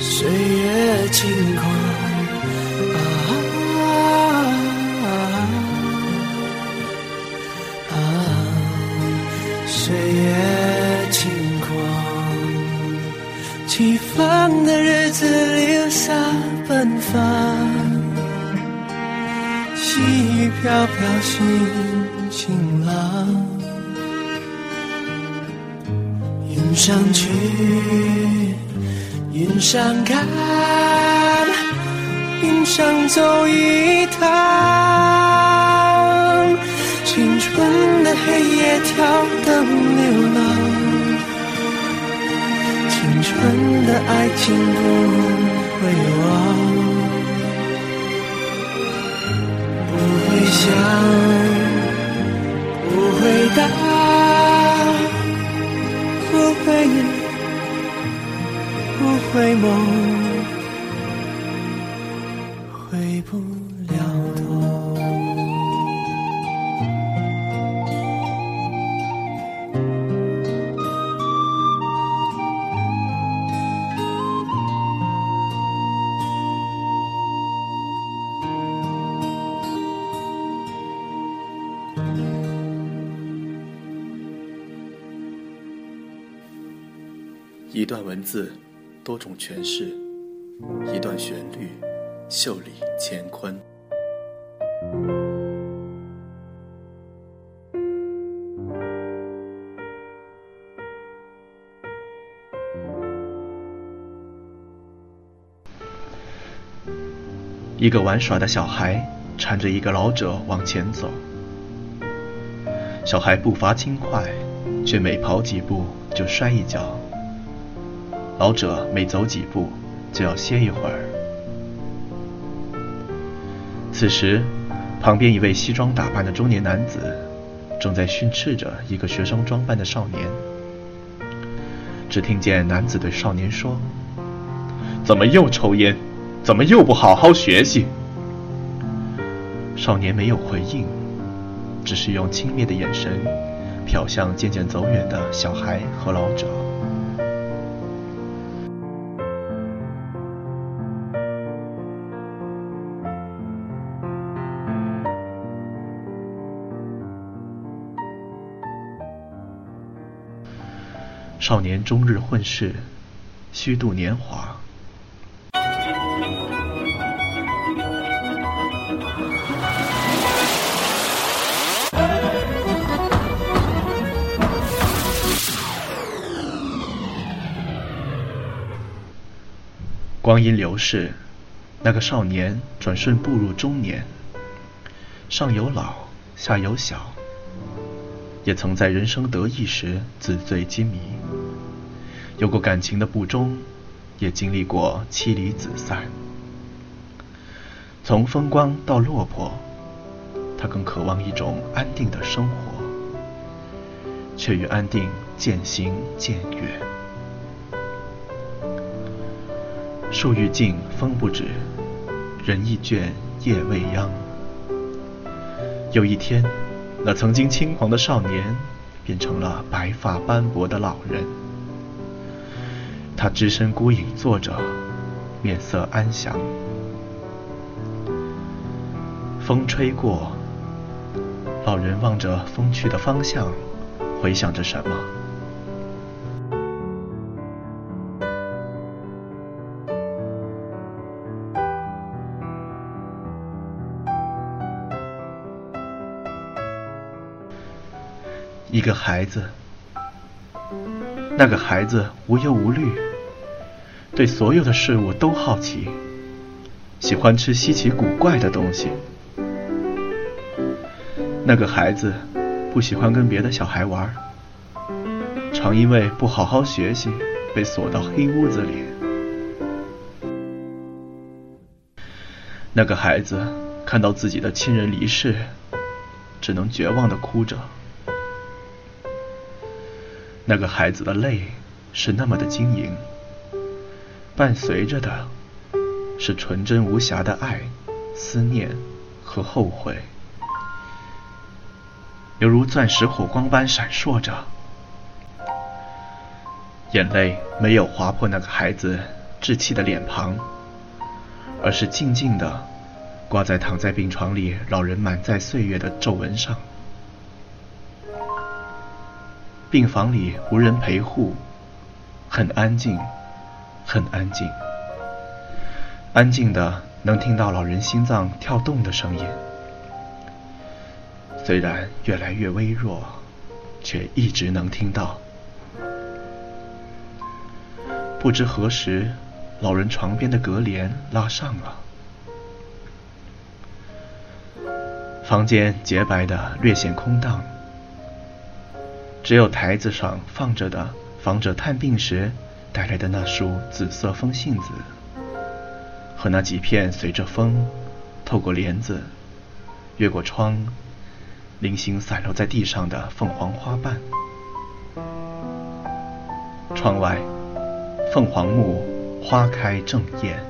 Speaker 10: 岁月轻狂。啊啊啊！岁月轻狂，起风的日子留下奔放，细雨飘飘，心晴朗。云上去，云上看，云上走一趟。青春的黑夜挑灯流浪，青春的爱情不会忘，不会想，不会答。不会忆，不会梦，回不了头。
Speaker 11: 一段文字，多种诠释；一段旋律，秀里乾坤。
Speaker 7: 一个玩耍的小孩搀着一个老者往前走，小孩步伐轻快，却每跑几步就摔一跤。老者每走几步就要歇一会儿。此时，旁边一位西装打扮的中年男子正在训斥着一个学生装扮的少年。只听见男子对少年说：“
Speaker 4: 怎么又抽烟？怎么又不好好学习？少年没有回应，只是用轻蔑的眼神瞟向渐渐走远的小孩和老者。少年终日混世，虚度年华。光阴流逝，那个少年转瞬步入中年，上有老，下有小，也曾在人生得意时纸醉金迷，有过感情的不忠，也经历过妻离子散。从风光到落魄，他更渴望一种安定的生活，却与安定渐行渐远。树欲静风不止，人亦倦夜未央。有一天，那曾经轻狂的少年，变成了白发斑驳的老人。他只身孤影坐着，面色安详。风吹过，老人望着风去的方向，回想着什么。一个孩子，那个孩子无忧无虑，对所有的事物都好奇，喜欢吃稀奇古怪的东西。那个孩子不喜欢跟别的小孩玩儿，常因为不好好学习被锁到黑屋子里。那个孩子看到自己的亲人离世，只能绝望地哭着。那个孩子的泪是那么的晶莹，伴随着的是纯真无瑕的爱、思念和后悔，犹如钻石火光般闪烁着。眼泪没有划破那个孩子稚气的脸庞，而是静静的挂在躺在病床里老人满载岁月的皱纹上。病房里无人陪护，很安静，很安静，安静的能听到老人心脏跳动的声音，虽然越来越微弱，却一直能听到。不知何时，老人床边的隔帘拉上了，房间洁白的略显空荡。只有台子上放着的访者探病时带来的那束紫色风信子，和那几片随着风透过帘子、越过窗，零星散落在地上的凤凰花瓣。窗外，凤凰木花开正艳。